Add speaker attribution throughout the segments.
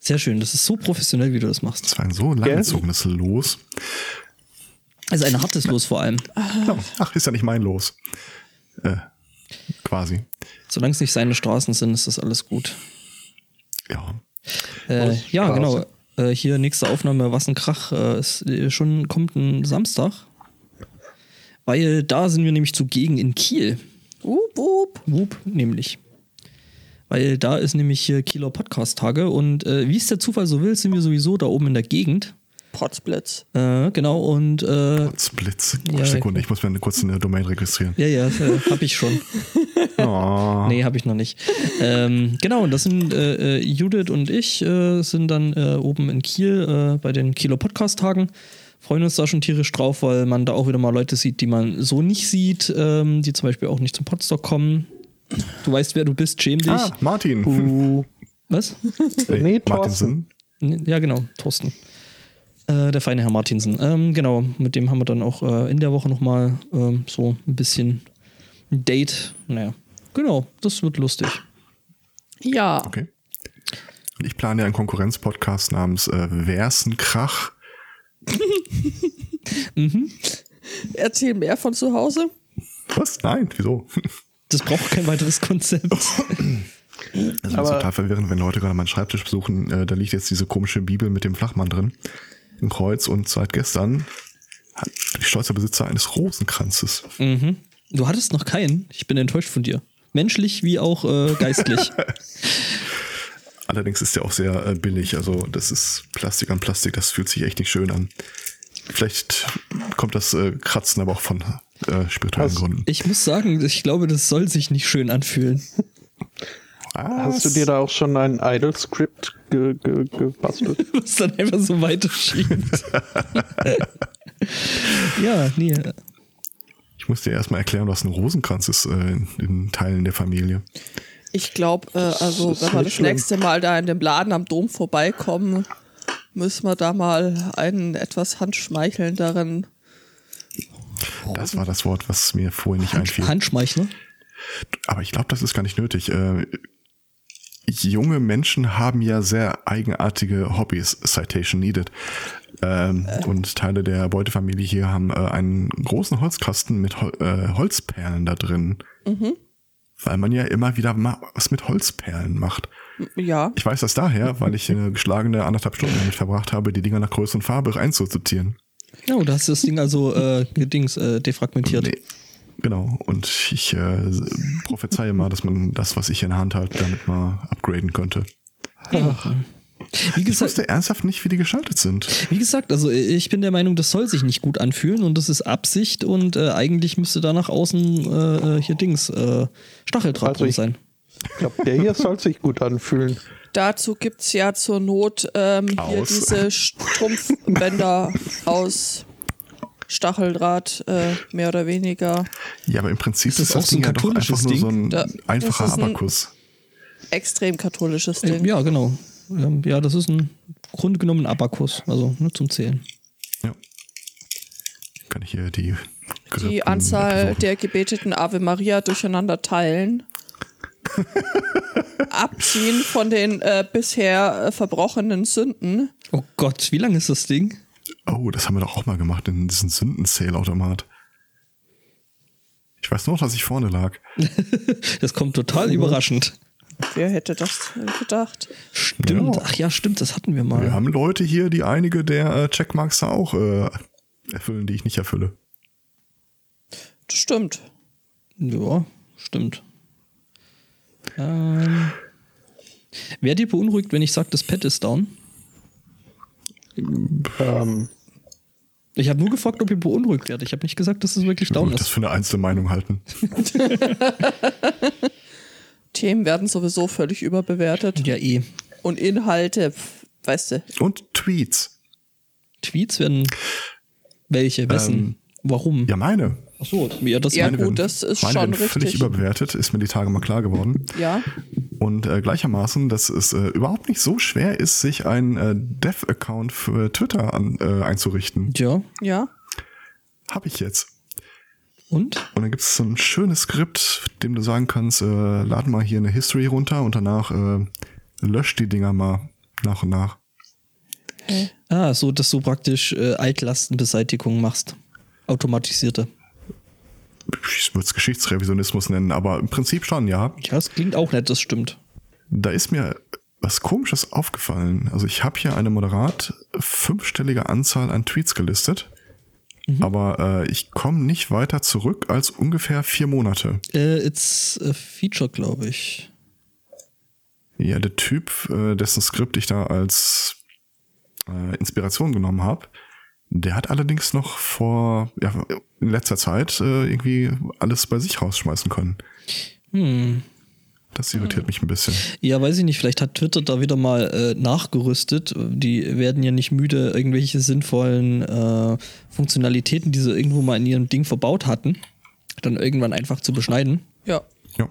Speaker 1: Sehr schön. Das ist so professionell, wie du das machst.
Speaker 2: Das war ein so langgezogenes Los.
Speaker 1: Also ein hartes Los vor allem.
Speaker 2: Genau. Ach, ist ja nicht mein Los. Äh, quasi.
Speaker 1: Solange es nicht seine Straßen sind, ist das alles gut.
Speaker 2: Ja.
Speaker 1: Äh,
Speaker 3: Aus
Speaker 1: ja,
Speaker 3: Spaß.
Speaker 1: genau. Äh, hier nächste Aufnahme, was ein Krach. Äh, ist, äh, schon kommt ein Samstag. Weil da sind wir nämlich zugegen in Kiel. Wup, wup. Wup, nämlich. Weil da ist nämlich hier Kieler Podcast-Tage und äh, wie es der Zufall so will, sind wir sowieso da oben in der Gegend.
Speaker 3: Potzblitz.
Speaker 1: Äh, genau, und äh,
Speaker 2: Splitz.
Speaker 1: Ja,
Speaker 2: Sekunde, ich muss mir kurz eine Domain registrieren.
Speaker 1: ja, ja, äh, hab ich schon.
Speaker 2: Oh.
Speaker 1: Nee, habe ich noch nicht. ähm, genau, und das sind äh, äh, Judith und ich äh, sind dann äh, oben in Kiel äh, bei den Kieler Podcast-Tagen. Freuen uns da schon tierisch drauf, weil man da auch wieder mal Leute sieht, die man so nicht sieht, ähm, die zum Beispiel auch nicht zum Podstock kommen. Du weißt, wer du bist, schäm dich.
Speaker 2: Ah, Martin.
Speaker 3: Uh,
Speaker 1: Was?
Speaker 2: Nee,
Speaker 3: Nee,
Speaker 2: Martinsen.
Speaker 1: Ja, genau, Thorsten. Äh, der feine Herr Martinsen. Ähm, genau, mit dem haben wir dann auch äh, in der Woche nochmal ähm, so ein bisschen ein Date. Naja, genau, das wird lustig.
Speaker 4: Ja.
Speaker 2: Okay. Und ich plane ja einen Konkurrenz-Podcast namens äh, Wer's ein Krach.
Speaker 4: Erzähl mehr von zu Hause.
Speaker 2: Was? Nein, wieso?
Speaker 1: Das braucht kein weiteres Konzept.
Speaker 2: Also das ist
Speaker 3: Aber-
Speaker 2: total verwirrend, wenn Leute gerade meinen Schreibtisch besuchen, äh, da liegt jetzt diese komische Bibel mit dem Flachmann drin. Ein Kreuz und seit gestern hat bin ich stolzer Besitzer eines Rosenkranzes.
Speaker 1: Mhm. Du hattest noch keinen. Ich bin enttäuscht von dir. Menschlich wie auch äh, geistlich.
Speaker 2: Allerdings ist der auch sehr äh, billig, also das ist Plastik an Plastik, das fühlt sich echt nicht schön an. Vielleicht kommt das äh, Kratzen aber auch von äh, spirituellen
Speaker 3: Hast-
Speaker 2: Gründen.
Speaker 1: ich muss sagen, ich glaube, das soll sich nicht schön anfühlen.
Speaker 2: Was?
Speaker 3: hast du dir da auch schon ein Idol-Script ge ge gebastelt?
Speaker 1: Du bist dann einfach so weiter ja, nee. äh,
Speaker 2: Ich muss dir erstmal erklären, was ein Rosenkranz ist äh, in, in Teilen der Familie.
Speaker 4: Ich glaube, äh, also
Speaker 3: ist
Speaker 4: wenn wir das
Speaker 3: nicht schlimm.
Speaker 4: nächste Mal da in dem Laden am Dom vorbeikommen, müssen wir da mal einen etwas handschmeichelnderen.
Speaker 2: Das war das Wort, was mir vorhin nicht
Speaker 1: Hand,
Speaker 2: einfiel.
Speaker 1: Handschmeichler.
Speaker 2: Aber ich glaube, das ist gar nicht nötig. Äh, junge Menschen haben ja sehr eigenartige Hobbys, Citation needed. Ähm, Und Teile der Beutefamilie hier haben äh, einen großen Holzkasten mit Hol äh, Holzperlen da drin. Weil man ja immer wieder ma was mit Holzperlen macht.
Speaker 4: Ja,
Speaker 2: Ich weiß das daher, weil ich eine geschlagene anderthalb Stunden damit verbracht habe, die Dinger nach Größe und Farbe einzusortieren.
Speaker 1: Ja, du hast das Ding also äh, Dings äh, defragmentiert.
Speaker 2: Nee. Genau, und ich äh, prophezeie mal, dass man das, was ich in der Hand halte, damit mal upgraden könnte.
Speaker 1: Ah. Wie
Speaker 2: Ich
Speaker 1: gesagt,
Speaker 2: wusste ernsthaft nicht, wie die geschaltet sind.
Speaker 1: wie gesagt, also äh, ich bin der Meinung, das soll sich nicht gut anfühlen und das ist Absicht und äh, eigentlich müsste da nach außen äh, hier Dings äh, Stacheldraht
Speaker 3: Also
Speaker 1: drum
Speaker 3: ich-
Speaker 1: sein.
Speaker 3: Ich glaube, der hier soll sich gut anfühlen.
Speaker 4: dazu gibt es ja zur Not ähm, hier
Speaker 2: Aus.
Speaker 4: diese Strumpfbänder aus Stacheldraht, äh, mehr oder weniger.
Speaker 2: Ja, aber im Prinzip
Speaker 1: Ist das
Speaker 2: ist
Speaker 1: auch
Speaker 2: das
Speaker 1: so ein
Speaker 2: Ding ja doch einfach
Speaker 1: katholisches
Speaker 2: nur so ein
Speaker 4: Da-
Speaker 2: einfacher
Speaker 4: das ist ein-
Speaker 2: Abakus.
Speaker 4: Extrem katholisches
Speaker 1: Äh,
Speaker 4: Ding.
Speaker 1: Ja, genau. Ähm, Ja, das ist ein Grund genommen ein Abakus, also ne, zum Zählen.
Speaker 2: Ja. Kann ich hier die,
Speaker 4: Die
Speaker 2: gerippten
Speaker 4: Anzahl
Speaker 2: Episoden-
Speaker 4: der gebeteten Ave Maria durcheinander teilen. Abziehen von den äh, bisher äh, verbrochenen Sünden.
Speaker 1: Oh Gott, wie lang ist das Ding?
Speaker 2: Oh, das haben wir doch auch mal gemacht in diesem Sündenzählautomat. Ich weiß noch, dass ich vorne lag.
Speaker 1: Das kommt total überraschend.
Speaker 4: Wer hätte das denn gedacht?
Speaker 1: Stimmt.
Speaker 2: Ja.
Speaker 1: Ach ja, stimmt, das hatten wir mal.
Speaker 2: Wir haben Leute hier, die einige der äh, Checkmarks da auch äh, erfüllen, die ich nicht erfülle.
Speaker 4: Das stimmt.
Speaker 1: Ja, stimmt. Ähm, wer dir beunruhigt, wenn ich sage, das Pad ist down?
Speaker 3: Ähm,
Speaker 1: Ich habe nur gefragt, ob ihr beunruhigt werdet. Ich habe nicht gesagt, dass es wirklich
Speaker 2: Würde
Speaker 1: down
Speaker 2: ich das
Speaker 1: ist.
Speaker 2: für eine einzelne Meinung halten.
Speaker 4: Themen werden sowieso völlig überbewertet.
Speaker 1: Ja, eh.
Speaker 4: Und Inhalte, pf, weißt du,
Speaker 2: Und Tweets.
Speaker 1: Tweets werden. Welche? Wessen? Warum?
Speaker 2: Ja, meine.
Speaker 1: Ach so, ja, das
Speaker 4: Ja,
Speaker 1: meine-
Speaker 4: gut,
Speaker 2: werden-
Speaker 4: das ist
Speaker 2: meine
Speaker 4: schon
Speaker 2: werden völlig
Speaker 4: richtig.
Speaker 2: überbewertet, ist mir die Tage mal klar geworden.
Speaker 4: ja.
Speaker 2: Und äh, gleichermaßen, dass es äh, überhaupt nicht so schwer ist, sich einen äh, Dev-Account für Twitter an, äh, einzurichten.
Speaker 1: Ja,
Speaker 4: Ja.
Speaker 2: Hab ich jetzt.
Speaker 1: und?
Speaker 2: Und dann gibt es so ein schönes Skript, dem du sagen kannst, äh, lad mal hier eine History runter und danach äh, lösch die Dinger mal Nach und nach.
Speaker 1: Ah, so, dass du praktisch äh, Altlastenbeseitigung machst. Automatisierte.
Speaker 2: Ich würde es Geschichtsrevisionismus nennen, aber im Prinzip schon, ja.
Speaker 1: Ja, das klingt auch nett, das stimmt.
Speaker 2: Da ist mir was Komisches aufgefallen. Also ich habe hier eine moderat fünfstellige Anzahl an Tweets gelistet, aber äh, ich komme nicht weiter zurück als ungefähr vier Monate.
Speaker 1: Äh, it's a feature, glaube ich.
Speaker 2: Ja, der Typ, äh, dessen Skript ich da als äh, Inspiration genommen habe, der hat allerdings noch vor, ja, in letzter Zeit äh, irgendwie alles bei sich rausschmeißen können.
Speaker 1: Hm.
Speaker 2: Das irritiert mich ein bisschen.
Speaker 1: Ja, weiß ich nicht, vielleicht hat Twitter da wieder mal äh, nachgerüstet. Die werden ja nicht müde, irgendwelche sinnvollen äh, Funktionalitäten, die sie irgendwo mal in ihrem Ding verbaut hatten, dann irgendwann einfach zu beschneiden.
Speaker 4: Ja.
Speaker 2: Ja.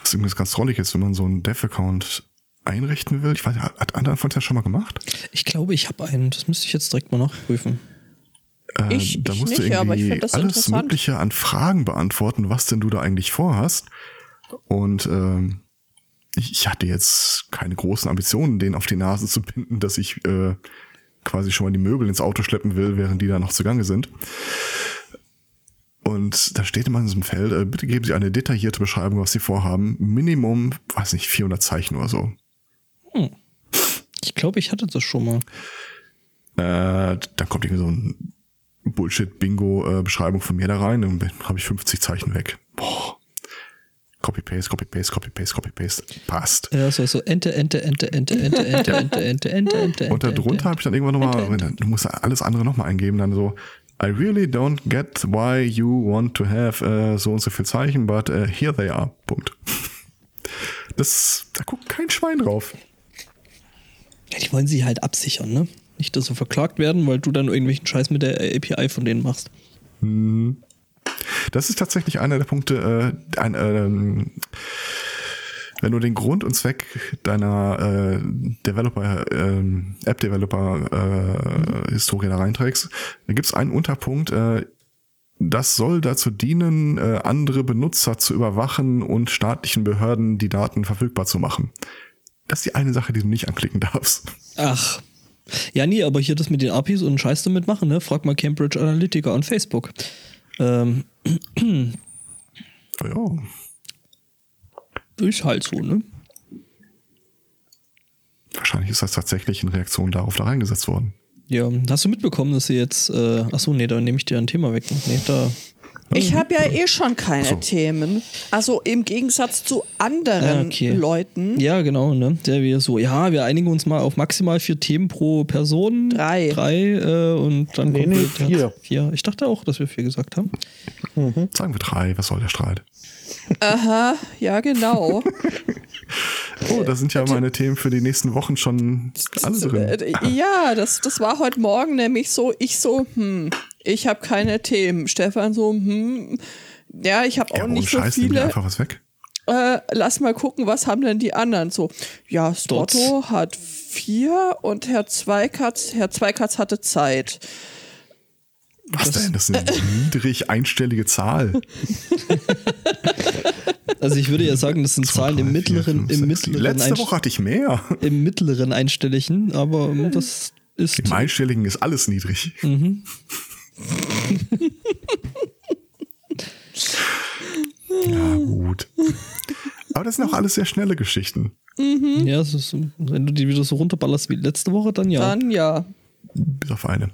Speaker 2: Was übrigens ganz trollig ist, wenn man so einen Dev-Account einrichten will. Ich weiß, hat hat Anna von das schon mal gemacht?
Speaker 1: Ich glaube, ich habe einen. Das müsste ich jetzt direkt mal nachprüfen.
Speaker 2: Äh,
Speaker 4: Ich-
Speaker 2: da
Speaker 4: ich
Speaker 2: musst
Speaker 4: nicht,
Speaker 2: du
Speaker 4: aber ich
Speaker 2: irgendwie
Speaker 4: find das
Speaker 2: alles
Speaker 4: interessant.
Speaker 2: Mögliche an Fragen beantworten, was denn du da eigentlich vorhast. Und ähm, ich, ich hatte jetzt keine großen Ambitionen, den auf die Nase zu binden, dass ich äh, quasi schon mal die Möbel ins Auto schleppen will, während die da noch zugange sind. Und da steht immer in diesem Feld, äh, bitte geben Sie eine detaillierte Beschreibung, was Sie vorhaben. Minimum, weiß nicht, 400 Zeichen oder so.
Speaker 1: Ich glaube, ich hatte das schon mal.
Speaker 2: Äh, dann kommt irgendwie so ein Bullshit-Bingo-Beschreibung von mir da rein und dann habe ich 50 Zeichen weg. Boah. Copy-Paste, Copy-Paste, Copy-Paste, Copy-Paste. Passt.
Speaker 1: Ja, so, so Ente, Ente, Ente, Ente, Ente, Ente, Ente, Ente, Ente, Ente.
Speaker 2: Und
Speaker 1: Ente,
Speaker 2: darunter habe ich dann irgendwann nochmal, du musst alles andere nochmal eingeben, dann so, I really don't get why you want to have äh, so und so viel Zeichen, but äh, here they are. Punkt. Das, da guckt kein Schwein drauf.
Speaker 1: Ja, die wollen sie halt absichern, ne? Nicht, dass sie verklagt werden, weil du dann irgendwelchen Scheiß mit der API von denen machst.
Speaker 2: Das ist tatsächlich einer der Punkte, äh, ein, ähm, wenn du den Grund und Zweck deiner äh, Developer, ähm, App-Developer-Historie da reinträgst, da gibt's einen Unterpunkt, äh, das soll dazu dienen, äh, andere Benutzer zu überwachen und staatlichen Behörden die Daten verfügbar zu machen. Das ist die eine Sache, die du nicht anklicken darfst.
Speaker 1: Ach. Ja, nee, aber hier das mit den APIs und Scheiß damit machen, ne? Frag mal Cambridge Analytica und Facebook. Ähm,
Speaker 2: Ja,
Speaker 1: ist halt so, ne?
Speaker 2: wahrscheinlich ist das tatsächlich in Reaktion darauf da reingesetzt worden.
Speaker 1: Ja, hast du mitbekommen, dass sie jetzt. Äh, achso, nee, da nehme ich dir ein Thema weg. Nee, da.
Speaker 4: Ich habe ja eh schon keine
Speaker 2: So.
Speaker 4: Themen. Also im Gegensatz zu anderen
Speaker 1: Ah, okay.
Speaker 4: Leuten.
Speaker 1: Ja, genau, ne? Der wir so, ja, wir einigen uns mal auf maximal vier Themen pro Person.
Speaker 4: Drei.
Speaker 1: Drei, äh, und dann
Speaker 3: Nee,
Speaker 1: kommt
Speaker 3: nee,
Speaker 1: wieder-
Speaker 3: vier.
Speaker 1: Vier. Ich dachte auch, dass wir vier gesagt haben.
Speaker 2: Sagen wir drei, was soll der Streit?
Speaker 4: Aha, ja genau.
Speaker 2: Oh, da sind ja meine Themen für die nächsten Wochen schon alle
Speaker 1: Äh,
Speaker 2: drin.
Speaker 4: äh, ja, das, das war heute Morgen nämlich so, ich so, hm, ich habe keine Themen. Stefan so, hm, ja, ich habe auch
Speaker 2: Ja, ohne
Speaker 4: nicht so
Speaker 2: Scheiß, nehmen wir
Speaker 4: viele.
Speaker 2: einfach was weg.
Speaker 4: Äh, lass mal gucken, was haben denn die anderen so. Ja, Spotto hat vier und Herr Zweikatz, Herr Zweikatz hatte Zeit.
Speaker 2: Was denn? Das ist eine niedrig einstellige Zahl.
Speaker 1: Also ich würde ja sagen, das sind Zahlen im
Speaker 2: Drei, vier,
Speaker 1: mittleren,
Speaker 2: fünf,
Speaker 1: im
Speaker 2: sechs, sieben.
Speaker 1: mittleren,
Speaker 2: Letzte
Speaker 1: einst-
Speaker 2: Woche hatte ich mehr.
Speaker 1: im mittleren einstelligen, aber
Speaker 4: Hm.
Speaker 1: ähm, das ist.
Speaker 2: Im Einstelligen ist alles niedrig.
Speaker 1: Mhm.
Speaker 2: ja, gut. Aber das sind auch alles sehr schnelle Geschichten.
Speaker 4: Hm.
Speaker 1: Ja, es ist, wenn du die wieder so runterballerst wie letzte Woche, dann ja.
Speaker 4: Dann ja.
Speaker 2: Bis auf eine.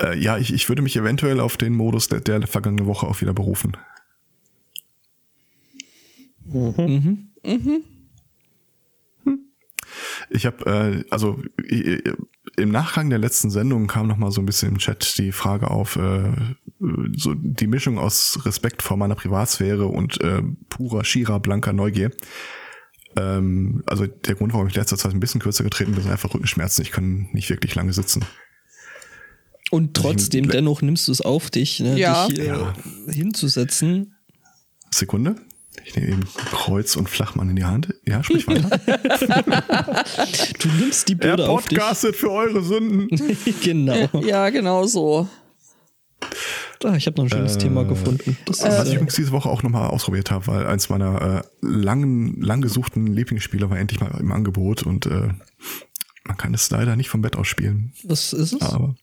Speaker 2: Äh, ja, ich, ich würde mich eventuell auf den Modus der, der vergangenen Woche auch wieder berufen.
Speaker 1: Mhm.
Speaker 2: Ich habe, äh, also i- i- im Nachgang der letzten Sendung kam noch mal so ein bisschen im Chat die Frage auf, äh, so die Mischung aus Respekt vor meiner Privatsphäre und äh, purer, schierer, blanker Neugier. Ähm, also der Grund, warum ich letzter Zeit ein bisschen kürzer getreten bin, sind einfach Rückenschmerzen. Ich kann nicht wirklich lange sitzen.
Speaker 1: Und trotzdem,
Speaker 2: Ich-
Speaker 1: dennoch nimmst du es auf dich, ne,
Speaker 4: Ja.
Speaker 1: dich äh,
Speaker 2: Hm. Ja.
Speaker 1: hinzusetzen.
Speaker 2: Sekunde. Ich nehme eben Kreuz und Flachmann in die Hand. Ja, sprich weiter.
Speaker 1: Du nimmst die Bürde auf dich. Äh.
Speaker 2: für eure Sünden.
Speaker 1: genau.
Speaker 4: Ja, genau so.
Speaker 1: Ah, ich habe noch ein
Speaker 2: Äh,
Speaker 1: schönes Thema gefunden. Das ist,
Speaker 2: Was ich
Speaker 1: äh,
Speaker 2: übrigens diese Woche auch nochmal ausprobiert habe, weil eins meiner äh, langen, lang gesuchten Lieblingsspiele war endlich mal im Angebot und äh, man kann es leider nicht vom Bett aus spielen.
Speaker 1: was ist es?
Speaker 2: Aber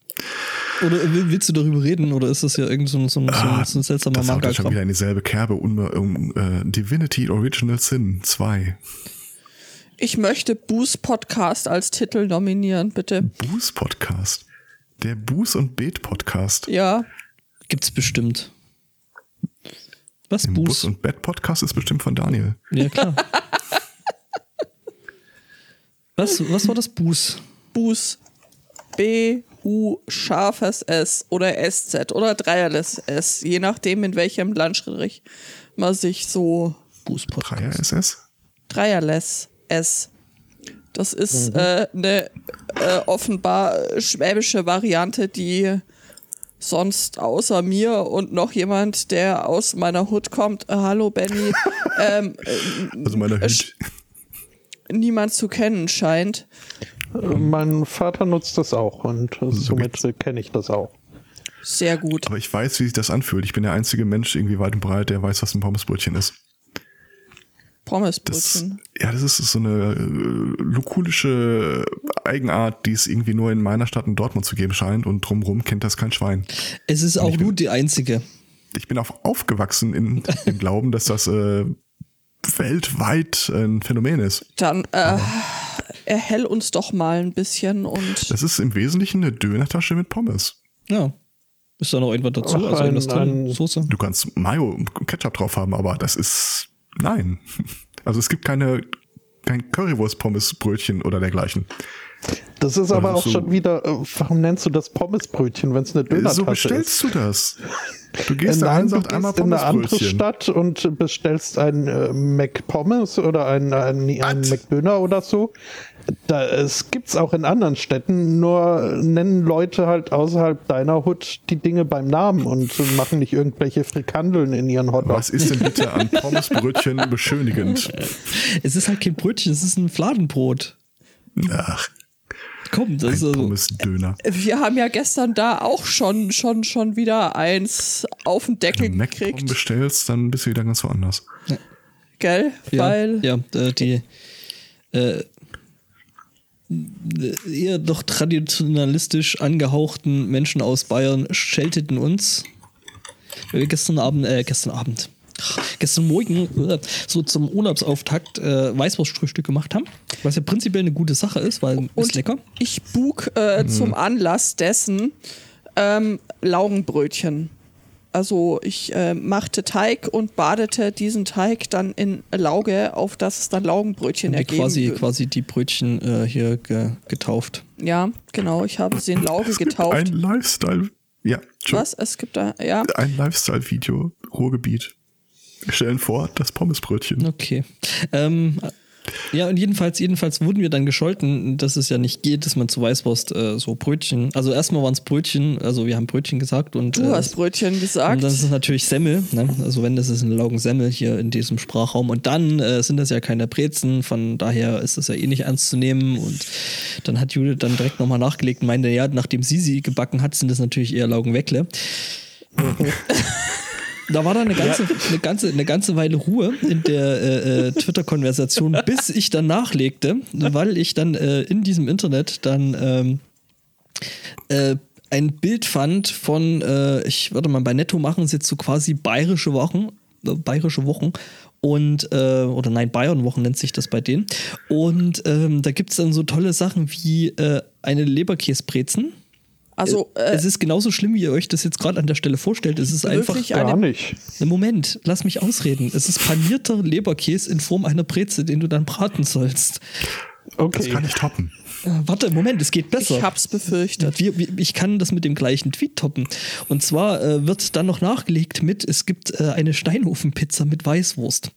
Speaker 1: Oder will- willst du darüber reden? Oder ist das ja irgend so, ein- so, ein- so, ein- so ein seltsamer
Speaker 2: Ah, das haut jetzt schon
Speaker 1: Markerkram?
Speaker 2: wieder in dieselbe Kerbe um, um äh, Divinity Original Sin 2.
Speaker 4: Ich möchte Buß Podcast als Titel nominieren, bitte.
Speaker 2: Buß Podcast. Der Buß und Bet Podcast.
Speaker 4: Ja.
Speaker 1: Gibt's bestimmt. Was?
Speaker 2: Im Buß
Speaker 1: Buß?
Speaker 2: und Bet Podcast ist bestimmt von Daniel.
Speaker 1: Ja, klar. was, was war das Buß?
Speaker 4: Buß. B, U, scharfes S oder SZ oder dreierles S, je nachdem, in welchem Landstrich man sich so
Speaker 2: Dreier
Speaker 1: Buß-Podcast.
Speaker 2: SS?
Speaker 4: dreierles S. Das
Speaker 2: Mhm.
Speaker 4: ist äh, eine äh, offenbar schwäbische Variante, die sonst außer mir und noch jemand, der aus meiner Hut kommt, äh, hallo Benny, ähm,
Speaker 2: Also meiner Hüt.
Speaker 4: Sch- niemand zu kennen scheint.
Speaker 3: Mein Vater nutzt das auch und äh, somit äh, kenne ich das auch.
Speaker 4: Sehr gut.
Speaker 2: Aber ich weiß, wie sich das anfühlt. Ich bin der einzige Mensch irgendwie weit und breit, der weiß, was ein Pommesbrötchen ist. Das,
Speaker 4: Pommesbrötchen.
Speaker 2: ja, das ist so eine äh, lukulische Eigenart, die es irgendwie nur in meiner Stadt in Dortmund zu geben scheint und drumherum kennt das kein Schwein.
Speaker 1: Es ist auch nur die einzige.
Speaker 2: Ich bin auch aufgewachsen in, im Glauben, dass das äh, weltweit ein Phänomen ist.
Speaker 4: Dann äh, erhell uns doch mal ein bisschen und
Speaker 2: Das ist im Wesentlichen eine Dönertasche mit Pommes.
Speaker 1: Ja. Ist da noch irgendwas dazu?
Speaker 3: Ach,
Speaker 1: also irgendwas
Speaker 3: ein-
Speaker 1: drin?
Speaker 3: ein-
Speaker 1: Soße?
Speaker 2: Du kannst Mayo und Ketchup drauf haben, aber das ist nein. Also es gibt keine kein Currywurst-Pommes-Brötchen oder dergleichen.
Speaker 3: Das ist aber
Speaker 2: das
Speaker 3: auch
Speaker 2: ist so-
Speaker 3: schon wieder, äh, warum nennst du das Pommesbrötchen, wenn es eine Dönertasche
Speaker 2: so
Speaker 3: ist?
Speaker 2: bestellst du das. Du
Speaker 3: Äh,
Speaker 2: gehst da
Speaker 3: Nein,
Speaker 2: rein,
Speaker 3: du
Speaker 2: sagst einmal
Speaker 3: gehst in eine andere
Speaker 2: Pommesbrötchen.
Speaker 3: Stadt und bestellst ein äh, McPommes oder ein, ein, ein
Speaker 2: Was?
Speaker 3: McDöner oder so. Da, es gibt's auch in anderen Städten, nur nennen Leute halt außerhalb deiner Hut die Dinge beim Namen und machen nicht irgendwelche Frikandeln in ihren
Speaker 2: Was
Speaker 3: Hotdogs.
Speaker 2: ist denn bitte an Pommesbrötchen beschönigend?
Speaker 1: Es ist halt kein Brötchen, es ist ein Fladenbrot.
Speaker 2: Ach,
Speaker 1: Komm, das
Speaker 2: ein
Speaker 1: ist also.
Speaker 2: Pommesdöner.
Speaker 4: wir haben ja gestern da auch schon, schon, schon wieder eins auf den Deckel
Speaker 2: Wenn du MacPom
Speaker 4: gekriegt,
Speaker 2: bestellst, dann bist du wieder ganz woanders.
Speaker 4: gell?
Speaker 1: Ja,
Speaker 4: Weil
Speaker 1: ja äh, die äh, eher doch traditionalistisch angehauchten Menschen aus Bayern schelteten uns. Weil wir gestern Abend, äh, gestern Abend, gestern Morgen äh, so zum Urlaubsauftakt äh, Weißwurstfrühstück gemacht haben. Was ja prinzipiell eine gute Sache ist, weil ist lecker. Mhm.
Speaker 4: ich bug äh, zum Anlass dessen ähm, Laugenbrötchen. Also ich äh, machte Teig und badete diesen Teig dann in Lauge, auf dass es dann Laugenbrötchen
Speaker 1: Die
Speaker 4: ergeben
Speaker 1: quasi,
Speaker 4: wür-
Speaker 1: quasi die Brötchen äh, hier ge getauft.
Speaker 4: Ja, genau. Ich habe sie in Lauge
Speaker 2: Es gibt
Speaker 4: getauft.
Speaker 2: Ein Lifestyle. Ja, schon.
Speaker 4: Was? Es gibt da, ja.
Speaker 2: Ein Lifestyle-Video, Ruhrgebiet. Wir stellen vor, das Pommesbrötchen.
Speaker 1: Okay. Ähm, ja, und jedenfalls, jedenfalls wurden wir dann gescholten, dass es ja nicht geht, dass man zu Weißwurst äh, so Brötchen. Also erstmal waren es Brötchen, also wir haben Brötchen gesagt und
Speaker 4: Du
Speaker 1: äh,
Speaker 4: hast Brötchen gesagt.
Speaker 1: und dann ist es natürlich Semmel, ne? also wenn das ist eine Laugensemmel hier in diesem Sprachraum und dann äh, sind das ja keine Brezen, von daher ist das ja eh nicht ernst zu nehmen und dann hat Judith dann direkt nochmal nachgelegt und meinte, ja, nachdem sie sie gebacken hat, sind das natürlich eher Laugenweckle. Da war dann eine ganze, eine ganze, eine ganze Weile Ruhe in der äh, äh, Twitter-Konversation, bis ich dann nachlegte, weil ich dann äh, in diesem Internet dann ähm, äh, ein Bild fand von, äh, ich würde mal bei Netto machen, es jetzt so quasi bayerische Wochen, äh, bayerische Wochen und, äh, oder nein, Bayernwochen nennt sich das bei denen. Und ähm, da gibt es dann so tolle Sachen wie äh, eine Leberkäsbrezen.
Speaker 4: also äh,
Speaker 1: es ist genauso schlimm, wie ihr euch das jetzt gerade an der Stelle vorstellt. Es ist einfach.
Speaker 4: wirklich
Speaker 3: Gar
Speaker 4: eine
Speaker 3: nicht.
Speaker 1: Ne, Moment, lass mich ausreden. Es ist panierter Leberkäse in Form einer Breze, den du dann braten sollst.
Speaker 2: Das
Speaker 3: Okay.
Speaker 2: kann ich toppen.
Speaker 1: Äh, warte, Moment, es geht besser.
Speaker 4: Ich hab's befürchtet.
Speaker 1: Wir, wir, ich kann das mit dem gleichen Tweet toppen. Und zwar äh, wird dann noch nachgelegt mit, es gibt äh, eine Steinofenpizza mit Weißwurst.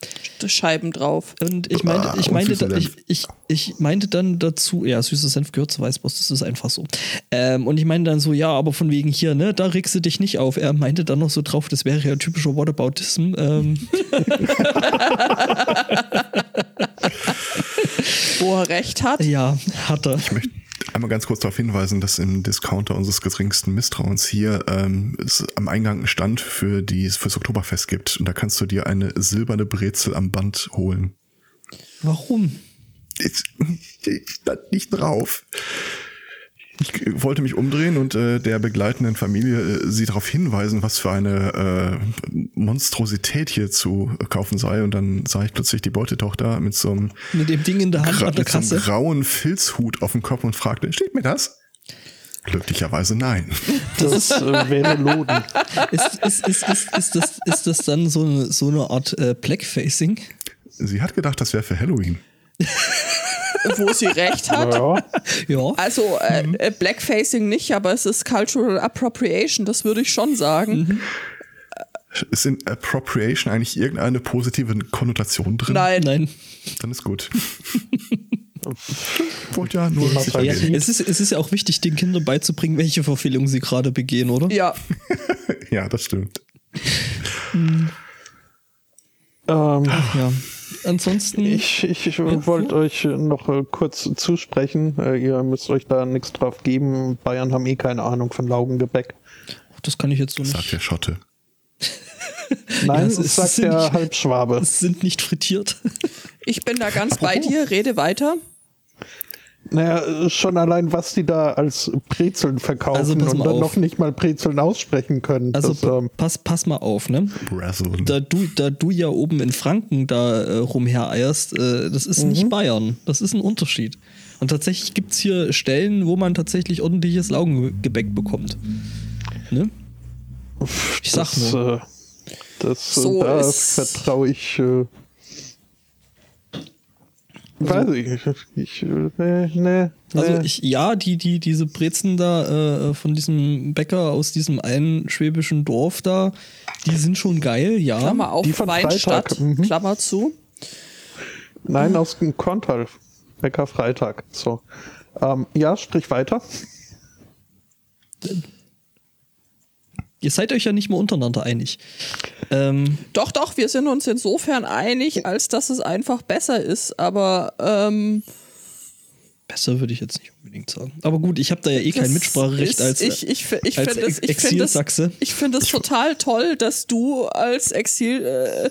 Speaker 4: Scheiben drauf.
Speaker 1: Und ich meinte, ich
Speaker 2: und
Speaker 1: meinte,
Speaker 2: süßer
Speaker 1: da, ich,
Speaker 2: Senf.
Speaker 1: ich, ich meinte dann dazu, ja, süßer Senf gehört zu Weißwurst, das ist einfach so. Ähm, und ich meinte dann so, ja, aber von wegen hier, ne, da regst du dich nicht auf. Er meinte dann noch so drauf, das wäre ja typischer Whataboutism. Ähm,
Speaker 4: Wo er recht hat.
Speaker 1: ja, hat er.
Speaker 2: Ich möchte einmal ganz kurz darauf hinweisen, dass im Discounter unseres geringsten Misstrauens hier ähm, es am Eingang einen Stand für die, fürs Oktoberfest gibt. Und da kannst du dir eine silberne Brezel am Band holen.
Speaker 1: Warum?
Speaker 2: Ich, ich stand nicht drauf. Ich wollte mich umdrehen und äh, der begleitenden Familie äh, sie darauf hinweisen, was für eine äh, Monstrosität hier zu kaufen sei. Und dann sah ich plötzlich die Beutetochter mit so einem,
Speaker 1: Mit dem Ding in der Hand
Speaker 2: gra-
Speaker 1: an der
Speaker 2: mit so einem
Speaker 1: Kasse.
Speaker 2: grauen Filzhut auf dem Kopf und fragte, steht mir das? Glücklicherweise nein.
Speaker 3: Das äh, wäre Loden.
Speaker 1: Ist, ist, ist, ist, ist, das, ist das dann so eine, so eine Art äh, Blackfacing?
Speaker 2: Sie hat gedacht, das wäre für Halloween.
Speaker 4: wo sie recht hat.
Speaker 3: Ja.
Speaker 1: Ja.
Speaker 4: Also äh, äh, Blackfacing nicht, aber es ist Cultural Appropriation, das würde ich schon sagen.
Speaker 2: Ist in Appropriation eigentlich irgendeine positive Konnotation drin?
Speaker 4: Nein.
Speaker 1: Nein.
Speaker 2: Dann ist gut. Wollte ja nur
Speaker 3: Ja,
Speaker 2: sicher
Speaker 1: Ja,
Speaker 2: gehen.
Speaker 1: es, ist, es ist ja auch wichtig, den Kindern beizubringen, welche Verfehlung sie gerade begehen, oder?
Speaker 4: Ja,
Speaker 2: Ja, das stimmt.
Speaker 3: Ähm,
Speaker 1: Ja. Ansonsten.
Speaker 3: Ich, ich, ich wollte euch noch äh, kurz zusprechen. Äh, ihr müsst euch da nichts drauf geben. Bayern haben eh keine Ahnung von Laugengebäck.
Speaker 1: das kann ich jetzt so
Speaker 2: Sagt
Speaker 1: nicht.
Speaker 2: der Schotte.
Speaker 3: Nein,
Speaker 1: es ist-
Speaker 3: das sagt
Speaker 1: sind
Speaker 3: der
Speaker 1: nicht-
Speaker 3: Halbschwabe.
Speaker 1: Es sind nicht frittiert.
Speaker 4: ich bin da ganz bei
Speaker 2: Apropos.
Speaker 4: dir, rede weiter.
Speaker 3: Naja, schon allein, was die da als Brezeln verkaufen
Speaker 1: Also, pass
Speaker 3: und
Speaker 1: mal
Speaker 3: dann
Speaker 1: auf.
Speaker 3: noch nicht mal Brezeln aussprechen können.
Speaker 1: Also
Speaker 3: das, ähm,
Speaker 1: pass, pass mal auf, ne?
Speaker 2: Brazzle.
Speaker 1: Da du, da du ja oben in Franken da äh, rumhereierst, äh, das ist
Speaker 4: Mhm.
Speaker 1: nicht Bayern. Das ist ein Unterschied. Und tatsächlich gibt es hier Stellen, wo man tatsächlich ordentliches Laugengebäck bekommt. Ne? Ich sag
Speaker 3: das,
Speaker 1: nur.
Speaker 3: äh, das
Speaker 4: So
Speaker 3: so da
Speaker 4: ist-
Speaker 3: vertraue ich. Äh,
Speaker 1: Also
Speaker 3: weiß ich. nicht. Ich, äh, nee, nee,
Speaker 1: Also
Speaker 3: nee.
Speaker 1: ich, ja, die, die, diese Brezen da äh, von diesem Bäcker aus diesem einen schwäbischen Dorf da, die sind schon geil, ja.
Speaker 4: Klammer auf,
Speaker 3: Die von
Speaker 4: Weinstadt,
Speaker 3: Freitag, mhm.
Speaker 4: Klammer zu.
Speaker 3: Nein, aus dem Korntal. Bäcker Freitag. So. Ähm, ja, sprich weiter.
Speaker 1: Ihr seid euch ja nicht mal untereinander einig. Ähm,
Speaker 4: Doch, doch, wir sind uns insofern einig, als dass es einfach besser ist, aber ähm,
Speaker 1: besser würde ich jetzt nicht unbedingt sagen. Aber gut, ich habe da ja eh
Speaker 4: das
Speaker 1: kein Mitspracherecht
Speaker 4: ist-
Speaker 1: als.
Speaker 4: ich, ich, fi- ich
Speaker 1: als
Speaker 4: finde es,
Speaker 1: Ex-
Speaker 4: ich finde es,
Speaker 1: Exilsachse.
Speaker 4: ich finde es total toll, dass du als Exil äh,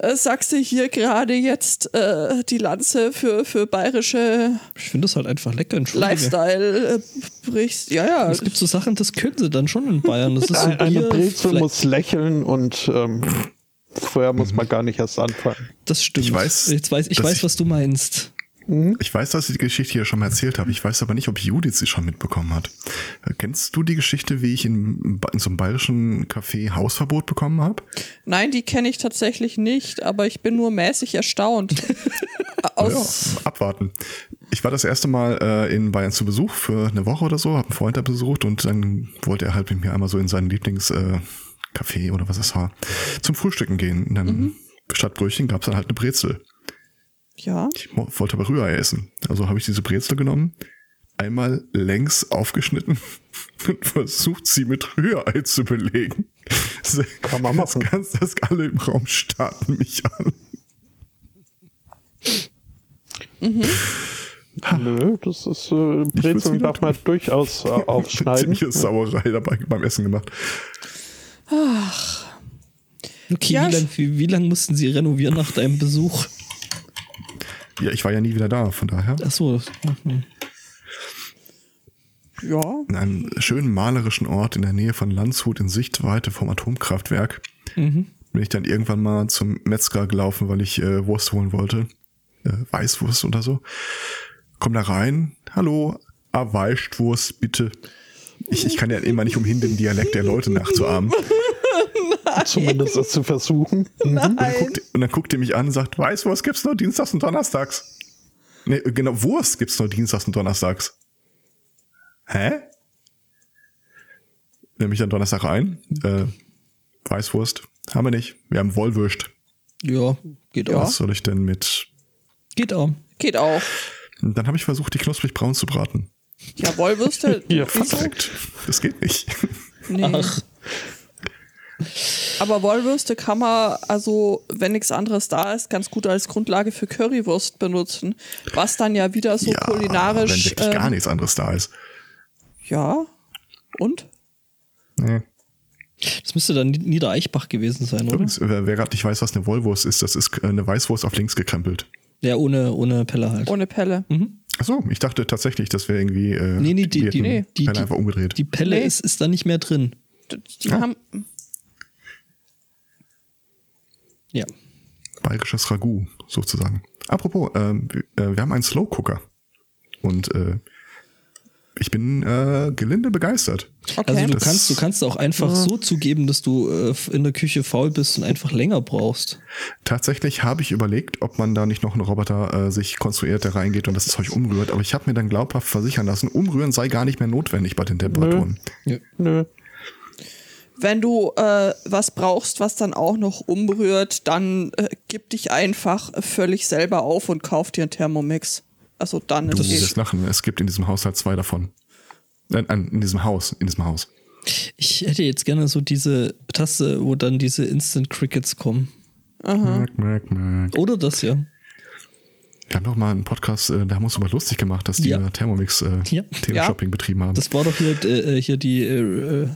Speaker 4: äh, Sachse hier gerade jetzt äh, die Lanze für, für bayerische
Speaker 1: Ich finde das halt einfach lecker. Entschuldige.
Speaker 4: Lifestyle äh, brichst. Ja, ja.
Speaker 1: Es gibt so Sachen, das können sie dann schon in Bayern. Das ist so
Speaker 3: Ein- Eine
Speaker 1: Bier,
Speaker 3: Brezel
Speaker 1: Fle-
Speaker 3: muss lächeln und ähm, vorher muss
Speaker 1: Mhm.
Speaker 3: man gar nicht erst anfangen.
Speaker 1: Das stimmt.
Speaker 2: Ich weiß,
Speaker 1: Jetzt weiß, ich
Speaker 2: dass
Speaker 1: weiß
Speaker 2: ich-
Speaker 1: was du meinst.
Speaker 2: Ich weiß, dass ich die Geschichte hier schon mal erzählt habe. Ich weiß aber nicht, ob Judith sie schon mitbekommen hat. Äh, Kennst du die Geschichte, wie ich in, in so einem bayerischen Café Hausverbot bekommen habe?
Speaker 4: Nein, die kenne ich tatsächlich nicht, aber ich bin nur mäßig erstaunt. Aus,
Speaker 2: Ja, abwarten. Ich war das erste Mal äh, in Bayern zu Besuch für eine Woche oder so, habe einen Freund da besucht und dann wollte er halt mit mir einmal so in seinen Lieblings äh, Café oder was es war, zum Frühstücken gehen. Und dann
Speaker 3: Mhm.
Speaker 2: statt Brötchen gab es dann halt eine Brezel.
Speaker 4: ja.
Speaker 2: Ich mo- wollte aber Rührei essen. Also habe ich diese Brezel genommen, einmal längs aufgeschnitten und versucht, sie mit Rührei zu belegen.
Speaker 3: Kann man
Speaker 2: Das
Speaker 3: machen.
Speaker 2: Ganze, das alle im Raum starten mich an.
Speaker 3: Nö, das ist äh, Brezeln
Speaker 2: wieder
Speaker 3: darf man durchaus äh, aufschneiden.
Speaker 2: Ziemliche Sauerei dabei beim Essen gemacht.
Speaker 1: Okay,
Speaker 4: Ja,
Speaker 1: wie lange wie, wie lang mussten sie renovieren nach deinem Besuch?
Speaker 2: Ja, ich war ja nie wieder da, von daher.
Speaker 1: Achso.
Speaker 4: Ja.
Speaker 2: In einem schönen malerischen Ort in der Nähe von Landshut in Sichtweite vom Atomkraftwerk bin ich dann irgendwann mal zum Metzger gelaufen, weil ich äh, Wurst holen wollte. Äh, Weißwurst oder so. Komm da rein. Hallo, ah, Weißwurst, bitte. Ich, ich kann ja immer nicht umhin, den Dialekt der Leute nachzuahmen.
Speaker 3: Zumindest es zu versuchen. Mhm.
Speaker 4: Nein.
Speaker 2: Guckt, und dann guckt er mich an und sagt, Weißwurst gibt's nur dienstags und donnerstags. Nee, genau, Wurst gibt's nur dienstags und donnerstags. Hä? Nehme ich dann Donnerstag ein. Äh, Weißwurst haben wir nicht. Wir haben Wollwürst.
Speaker 1: Ja, geht auch.
Speaker 2: Was soll ich denn mit?
Speaker 1: Geht auch.
Speaker 4: Geht auch.
Speaker 2: Und dann habe ich versucht, die knusprig braun zu braten.
Speaker 4: Ja, Wollwürste.
Speaker 3: Ja,
Speaker 4: wieso?
Speaker 2: Perfekt. Das geht nicht.
Speaker 4: Nee.
Speaker 1: Ach.
Speaker 4: Aber Wollwürste kann man, also wenn nichts anderes da ist, ganz gut als Grundlage für Currywurst benutzen. Was dann ja wieder so
Speaker 2: ja, wenn
Speaker 4: kulinarisch.
Speaker 2: wirklich gar
Speaker 4: ähm,
Speaker 2: nichts anderes da ist.
Speaker 4: Ja. Und?
Speaker 2: Nee.
Speaker 1: Das müsste dann Niedereichbach gewesen sein, oder?
Speaker 2: Übrigens, wer, wer gerade nicht weiß, was eine Wollwurst ist, das ist eine Weißwurst auf links gekrempelt.
Speaker 1: Ja, ohne, ohne Pelle halt.
Speaker 4: Ohne Pelle.
Speaker 2: Mhm. Achso, ich dachte tatsächlich, das wäre irgendwie. Äh,
Speaker 1: nee, nee, die, die,
Speaker 2: hätten
Speaker 1: die, die,
Speaker 2: Pelle einfach umgedreht.
Speaker 1: die Pelle
Speaker 4: Nee.
Speaker 1: ist, ist da nicht mehr drin.
Speaker 4: Die, die
Speaker 2: Ja.
Speaker 4: haben.
Speaker 1: Ja.
Speaker 2: Bayerisches Ragout, sozusagen. Apropos, ähm, w- äh, wir haben einen Slow Cooker. Und äh, ich bin äh, gelinde begeistert.
Speaker 4: Okay.
Speaker 1: Also du
Speaker 2: Das-
Speaker 1: kannst, du kannst auch einfach so zugeben, dass du äh, in der Küche faul bist und einfach länger brauchst.
Speaker 2: Tatsächlich habe ich überlegt, ob man da nicht noch einen Roboter äh, sich konstruiert, der reingeht und das Zeug umrührt. Aber ich habe mir dann glaubhaft versichern lassen, umrühren sei gar nicht mehr notwendig bei den Temperaturen.
Speaker 3: Nö.
Speaker 4: wenn du äh, was brauchst, was dann auch noch umrührt, dann äh, gib dich einfach völlig selber auf und kauf dir einen Thermomix. Also dann
Speaker 2: Du
Speaker 4: ist
Speaker 2: musst
Speaker 4: es.
Speaker 2: lachen. Es gibt in diesem Haushalt zwei davon. Nein, nein, in diesem Haus, in diesem Haus.
Speaker 1: Ich hätte jetzt gerne so diese Taste, wo dann diese Instant Crickets kommen.
Speaker 2: Merk, merk, merk.
Speaker 1: Oder das hier.
Speaker 2: Wir haben doch mal einen Podcast, äh, da haben wir uns über lustig gemacht, dass die
Speaker 1: Ja.
Speaker 2: ja. Thermomix äh,
Speaker 1: Ja.
Speaker 2: Teleshopping betrieben haben.
Speaker 1: Das war doch hier, äh, äh, hier die äh, äh,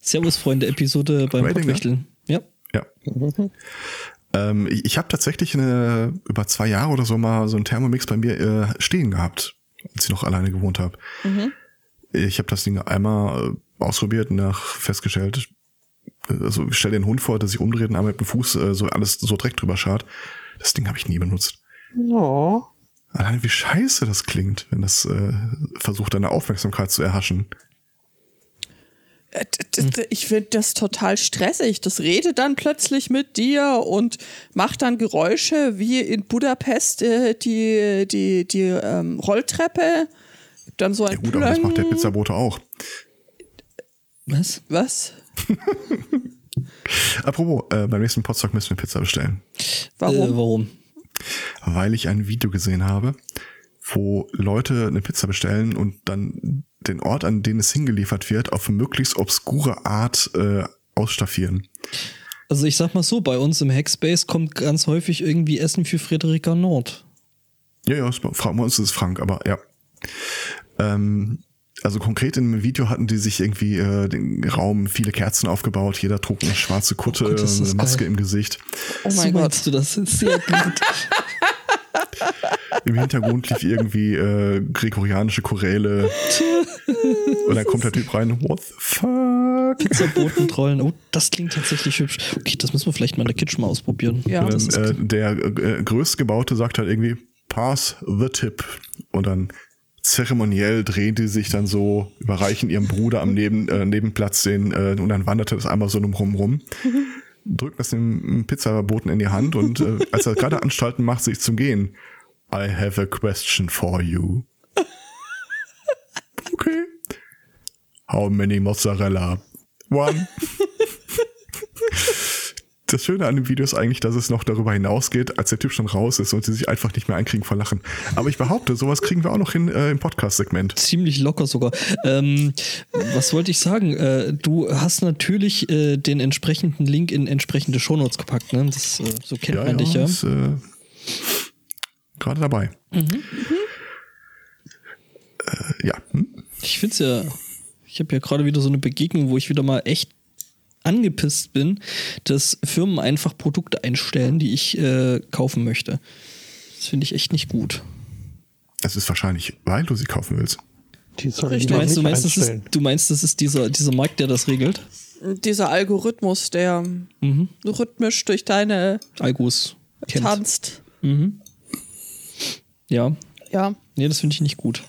Speaker 1: Servus-Freunde-Episode beim
Speaker 2: Rating, ne?
Speaker 1: Pottwichteln. Ja.
Speaker 2: ja.
Speaker 1: Mhm.
Speaker 2: Ähm, ich ich habe tatsächlich eine, über zwei Jahre oder so mal so einen Thermomix bei mir äh, stehen gehabt, als ich noch alleine gewohnt habe.
Speaker 1: Mhm.
Speaker 2: Ich habe das Ding einmal äh, ausprobiert und nach festgestellt, äh, also ich stell dir den Hund vor, der sich umdreht und einmal mit dem Fuß äh, so alles so Dreck drüber schart. Das Ding habe ich nie benutzt.
Speaker 3: Oh.
Speaker 2: Allein wie scheiße das klingt, wenn das äh, versucht, deine Aufmerksamkeit zu erhaschen.
Speaker 4: Äh, d- d- d- Ich finde das total stressig. Das redet dann plötzlich mit dir und macht dann Geräusche wie in Budapest äh, die, die, die ähm, Rolltreppe. Dann so ein
Speaker 2: Ja gut, aber das
Speaker 4: Plöng.
Speaker 2: macht der Pizzabote auch.
Speaker 1: Was?
Speaker 4: Was?
Speaker 2: Apropos, äh, beim nächsten Potsdam müssen wir Pizza bestellen.
Speaker 4: Warum?
Speaker 1: Äh, warum?
Speaker 2: Weil ich ein Video gesehen habe, wo Leute eine Pizza bestellen und dann den Ort, an den es hingeliefert wird, auf möglichst obskure Art äh, ausstaffieren.
Speaker 1: Also ich sag mal so, bei uns im Hackspace kommt ganz häufig irgendwie Essen für Frederika Nord.
Speaker 4: Oh
Speaker 2: Ja, ja, es- fra- bei uns ist es Frank, aber ja. Ähm, also konkret in einem Video hatten die sich irgendwie äh, den Raum, viele Kerzen aufgebaut, jeder trug eine schwarze Kutte,
Speaker 1: Oh Gott, ist das
Speaker 2: eine Maske
Speaker 1: geil.
Speaker 2: im Gesicht.
Speaker 4: oh mein
Speaker 1: so
Speaker 4: Gott.
Speaker 1: meinst du das? Sehr gut.
Speaker 2: Im Hintergrund lief irgendwie äh, gregorianische Choräle. Und dann kommt der Typ rein, what the fuck?
Speaker 1: Pizzaboten trollen. Oh, das klingt tatsächlich hübsch. Okay, das müssen wir vielleicht mal in der Kitchen mal ausprobieren.
Speaker 4: Ja.
Speaker 2: Und
Speaker 1: Das ist
Speaker 2: dann, äh, der äh, größtgebaute sagt halt irgendwie, pass the tip. Und dann zeremoniell drehen die sich dann so, überreichen ihrem Bruder am Neben, äh, Nebenplatz den äh, und dann wanderte das einmal so rum rum. Drückt das dem Pizzaboten in die Hand und äh, als er gerade Anstalten macht, sich zum Gehen. I have a question for you. Okay. How many Mozzarella? One. Das Schöne an dem Video ist eigentlich, dass es noch darüber hinausgeht, als der Typ schon raus ist und sie sich einfach nicht mehr einkriegen vor Lachen. Aber ich behaupte, sowas kriegen wir auch noch hin äh, im Podcast-Segment.
Speaker 1: Ziemlich locker sogar. Ähm, was wollte ich sagen? Äh, du hast natürlich äh, den entsprechenden Link in entsprechende Shownotes gepackt. Ne? Das, äh, so kennt man dich ja.
Speaker 2: Ist, äh, gerade dabei. Äh, ja. Hm?
Speaker 1: Ich find's ja, ich habe ja gerade wieder so eine Begegnung, wo ich wieder mal echt angepisst bin, dass Firmen einfach Produkte einstellen, die ich äh, kaufen möchte. Das finde ich echt nicht gut.
Speaker 2: Es ist wahrscheinlich, weil du sie kaufen willst.
Speaker 3: Die sollen
Speaker 4: Richtig.
Speaker 1: Du
Speaker 3: doch
Speaker 1: meinst,
Speaker 3: nicht
Speaker 1: du meinst, das ist,
Speaker 3: einstellen.
Speaker 1: du meinst, das ist dieser, dieser Markt, der das regelt?
Speaker 4: Dieser Algorithmus, der
Speaker 1: Mhm.
Speaker 4: rhythmisch durch deine
Speaker 1: Algos. kennt's.
Speaker 4: tanzt.
Speaker 1: Ja.
Speaker 4: Ja.
Speaker 1: Nee, das finde ich nicht gut.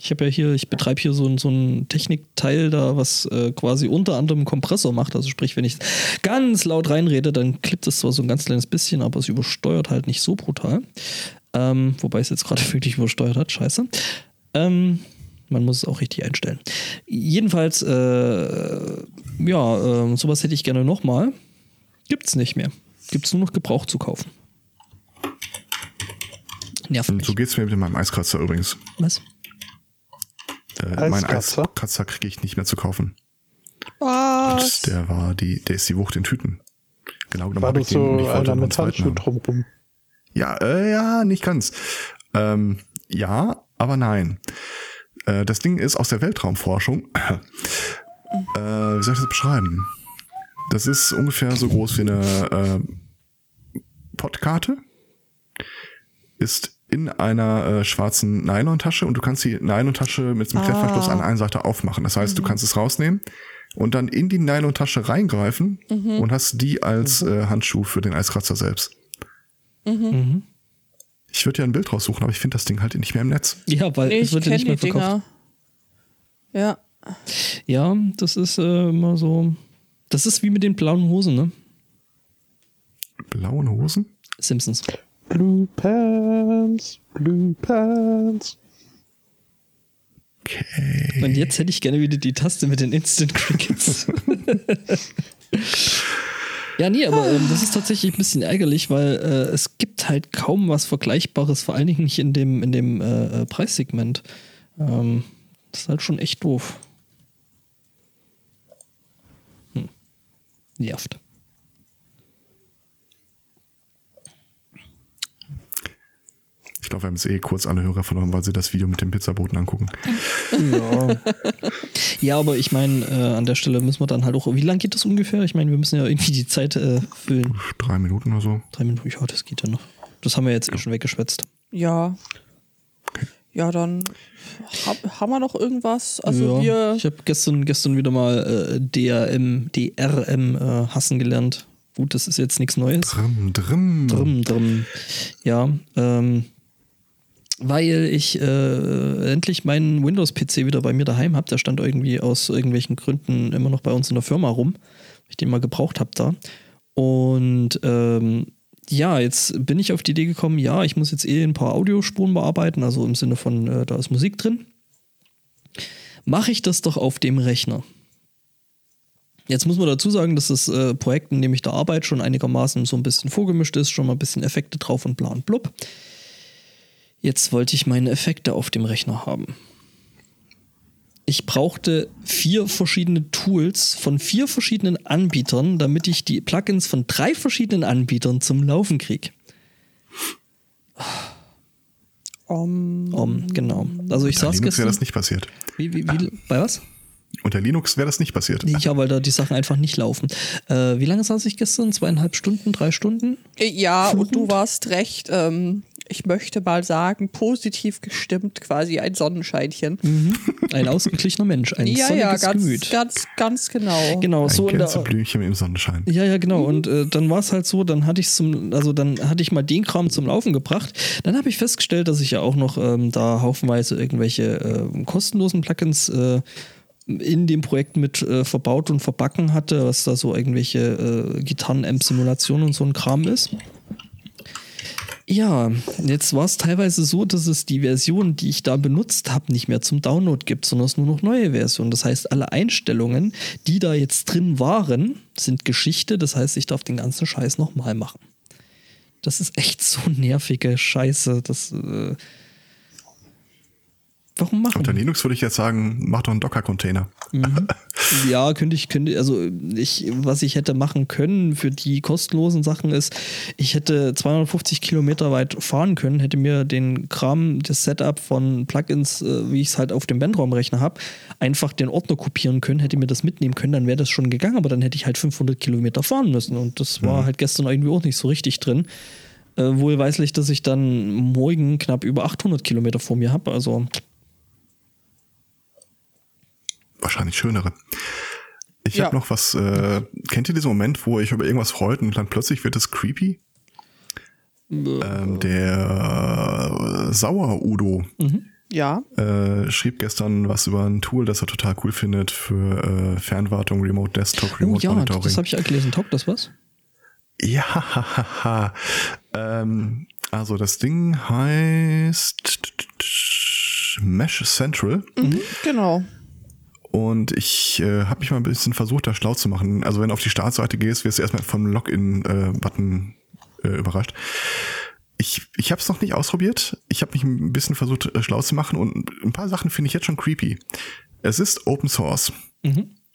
Speaker 1: Ich habe ja hier, ich betreibe hier so ein, so ein Technikteil da, was äh, quasi unter anderem einen Kompressor macht. Also sprich, wenn ich ganz laut reinrede, dann klippt es zwar so ein ganz kleines bisschen, aber es übersteuert halt nicht so brutal. Ähm, wobei es jetzt gerade wirklich übersteuert hat, scheiße. Ähm, man muss es auch richtig einstellen. Jedenfalls, äh, ja, äh, sowas hätte ich gerne nochmal. Gibt's nicht mehr. Gibt's nur noch Gebraucht zu kaufen. Nervt
Speaker 2: Und
Speaker 1: mich.
Speaker 2: so geht's mir mit meinem Eiskratzer übrigens.
Speaker 1: Was?
Speaker 2: Äh, meinen
Speaker 3: Eiskratzer?
Speaker 2: Eiskratzer kriege ich nicht mehr zu kaufen.
Speaker 4: Was? Ah,
Speaker 2: Und der war die, der ist die Wucht in Tüten. Genau genommen
Speaker 3: War
Speaker 2: habe
Speaker 3: du
Speaker 2: ich den und
Speaker 3: so
Speaker 2: ich wollte
Speaker 3: einer
Speaker 2: noch einen
Speaker 3: mit
Speaker 2: zweiten
Speaker 3: Handschuh
Speaker 2: haben.
Speaker 3: drumrum?
Speaker 2: Ja, äh, ja, nicht ganz. Ähm, ja, aber nein. Äh, das Ding ist aus der Weltraumforschung. äh, wie soll ich das beschreiben? Das ist ungefähr so groß wie eine äh, Pottkarte. Ist in einer äh, schwarzen Nylontasche und du kannst die Nylontasche mit einem Klettverschluss an einer Seite aufmachen. Das heißt, du kannst es rausnehmen und dann in die Nylontasche reingreifen und hast die als äh, Handschuh für den Eiskratzer selbst. Ich würde ja ein Bild raussuchen, aber ich finde das Ding halt nicht mehr im Netz.
Speaker 1: Ja, weil
Speaker 4: Nee,
Speaker 1: es
Speaker 4: ich
Speaker 1: wird ja
Speaker 4: kenne
Speaker 1: nicht
Speaker 4: die
Speaker 1: mehr verkauft.
Speaker 4: Dinger. Ja.
Speaker 1: Ja, das ist äh, immer so. Das ist wie mit den blauen Hosen, ne?
Speaker 2: Blauen Hosen?
Speaker 1: Simpsons.
Speaker 3: Blue Pants, Blue Pants.
Speaker 2: Okay.
Speaker 1: Und jetzt hätte ich gerne wieder die Taste mit den Instant Crickets. ja, nee, aber ähm, das ist tatsächlich ein bisschen ärgerlich, weil äh, es gibt halt kaum was Vergleichbares, vor allen Dingen nicht in dem, in dem äh, äh, Preissegment. Ähm, das ist halt schon echt doof. Hm. Nervt.
Speaker 2: Ich glaube, wir haben es eh kurz alle Hörer verloren, weil sie das Video mit dem Pizzaboten angucken.
Speaker 1: Ja, aber ich meine, äh, an der Stelle müssen wir dann halt auch. Wie lange geht das ungefähr? Ich meine, wir müssen ja irgendwie die Zeit äh, füllen.
Speaker 2: Drei Minuten oder so.
Speaker 1: Drei Minuten, ja, das geht ja noch. Das haben wir jetzt eh schon weggeschwätzt.
Speaker 4: Ja. Ja, dann hab, haben wir noch irgendwas. Also
Speaker 1: ja,
Speaker 4: wir.
Speaker 1: ich habe gestern, gestern wieder mal äh, DRM, DRM äh, hassen gelernt. Gut, das ist jetzt nichts Neues.
Speaker 2: Drim, drim.
Speaker 1: Drum, drum. Ja, ähm, weil ich äh, endlich meinen Windows-PC wieder bei mir daheim habe. Der stand irgendwie aus irgendwelchen Gründen immer noch bei uns in der Firma rum, weil ich den mal gebraucht habe da. Und ähm, ja, jetzt bin ich auf die Idee gekommen, ja, ich muss jetzt eh ein paar Audiospuren bearbeiten, also im Sinne von, äh, da ist Musik drin. Mache ich das doch auf dem Rechner. Jetzt muss man dazu sagen, dass das äh, Projekt, in dem ich da arbeite, schon einigermaßen so ein bisschen vorgemischt ist, schon mal ein bisschen Effekte drauf und bla und blub. Jetzt wollte ich meine Effekte auf dem Rechner haben. Ich brauchte vier verschiedene Tools von vier verschiedenen Anbietern, damit ich die Plugins von drei verschiedenen Anbietern zum Laufen kriege.
Speaker 4: Um,
Speaker 1: Um, genau. Also ich
Speaker 2: Unter
Speaker 1: saß
Speaker 2: Linux wäre
Speaker 1: gestern.
Speaker 2: das nicht passiert.
Speaker 1: Wie, wie, wie, bei was?
Speaker 2: Unter Linux wäre das nicht passiert.
Speaker 1: Nee, ja, weil da die Sachen einfach nicht laufen. Äh, wie lange saß ich gestern? Zweieinhalb Stunden, drei Stunden?
Speaker 4: ja, und du warst recht. Ähm, ich möchte mal sagen, positiv gestimmt, quasi ein Sonnenscheinchen.
Speaker 1: Ein ausgeglichener Mensch, Mhm. ein
Speaker 4: ja, ja,
Speaker 1: sonniges
Speaker 4: ganz,
Speaker 1: Gemüt.
Speaker 4: ganz, ganz genau.
Speaker 1: Genau,
Speaker 2: Ein
Speaker 1: so in der,
Speaker 2: Gänseblümchen im Sonnenschein.
Speaker 1: ja, ja, genau. Und äh, dann war es halt so, dann hatte ich zum, also dann hatte ich mal den Kram zum Laufen gebracht. Dann habe ich festgestellt, dass ich ja auch noch ähm, da haufenweise irgendwelche äh, kostenlosen Plugins äh, in dem Projekt mit äh, verbaut und verbacken hatte, was da so irgendwelche äh, Gitarren-Amp-Simulationen und so ein Kram ist. Ja, jetzt war es teilweise so, dass es die Version, die ich da benutzt habe, nicht mehr zum Download gibt, sondern es nur noch neue Versionen. Das heißt, alle Einstellungen, die da jetzt drin waren, sind Geschichte. Das heißt, ich darf den ganzen Scheiß nochmal machen. Das ist echt so nervige Scheiße. Das, äh Warum machen
Speaker 2: Unter Linux würde ich jetzt sagen, mach doch einen Docker-Container.
Speaker 1: Mhm. ja, könnte ich, könnte, also ich, was ich hätte machen können für die kostenlosen Sachen ist, ich hätte 250 Kilometer weit fahren können, hätte mir den Kram, das Setup von Plugins, äh, wie ich es halt auf dem Bandraumrechner habe, einfach den Ordner kopieren können, hätte mir das mitnehmen können, dann wäre das schon gegangen, aber dann hätte ich halt 500 Kilometer fahren müssen und das
Speaker 2: Mhm.
Speaker 1: war halt gestern irgendwie auch nicht so richtig drin. Äh, wohlweislich, dass ich dann morgen knapp über 800 Kilometer vor mir habe, also
Speaker 2: Wahrscheinlich schönere. Ich
Speaker 4: Ja.
Speaker 2: habe noch was. Äh, kennt ihr diesen Moment, wo ich über irgendwas freut und dann plötzlich wird es creepy?
Speaker 1: Äh.
Speaker 2: Ähm, der äh, Sauer-Udo
Speaker 4: Ja.
Speaker 2: äh, schrieb gestern was über ein Tool, das er total cool findet für äh, Fernwartung, Remote Desktop,
Speaker 1: oh
Speaker 2: Remote
Speaker 1: ja,
Speaker 2: Monitoring.
Speaker 1: das habe ich ja gelesen, taugt das was?
Speaker 2: Ja, ähm, also das Ding heißt Mesh Central
Speaker 1: Mhm.
Speaker 4: Genau.
Speaker 2: und ich äh, habe mich mal ein bisschen versucht, da schlau zu machen. Also wenn du auf die Startseite gehst, wirst du erstmal vom Login-Button äh, überrascht. Ich, ich habe es noch nicht ausprobiert. Ich habe mich ein bisschen versucht, äh, schlau zu machen und ein paar Sachen finde ich jetzt schon creepy. Es ist Open Source.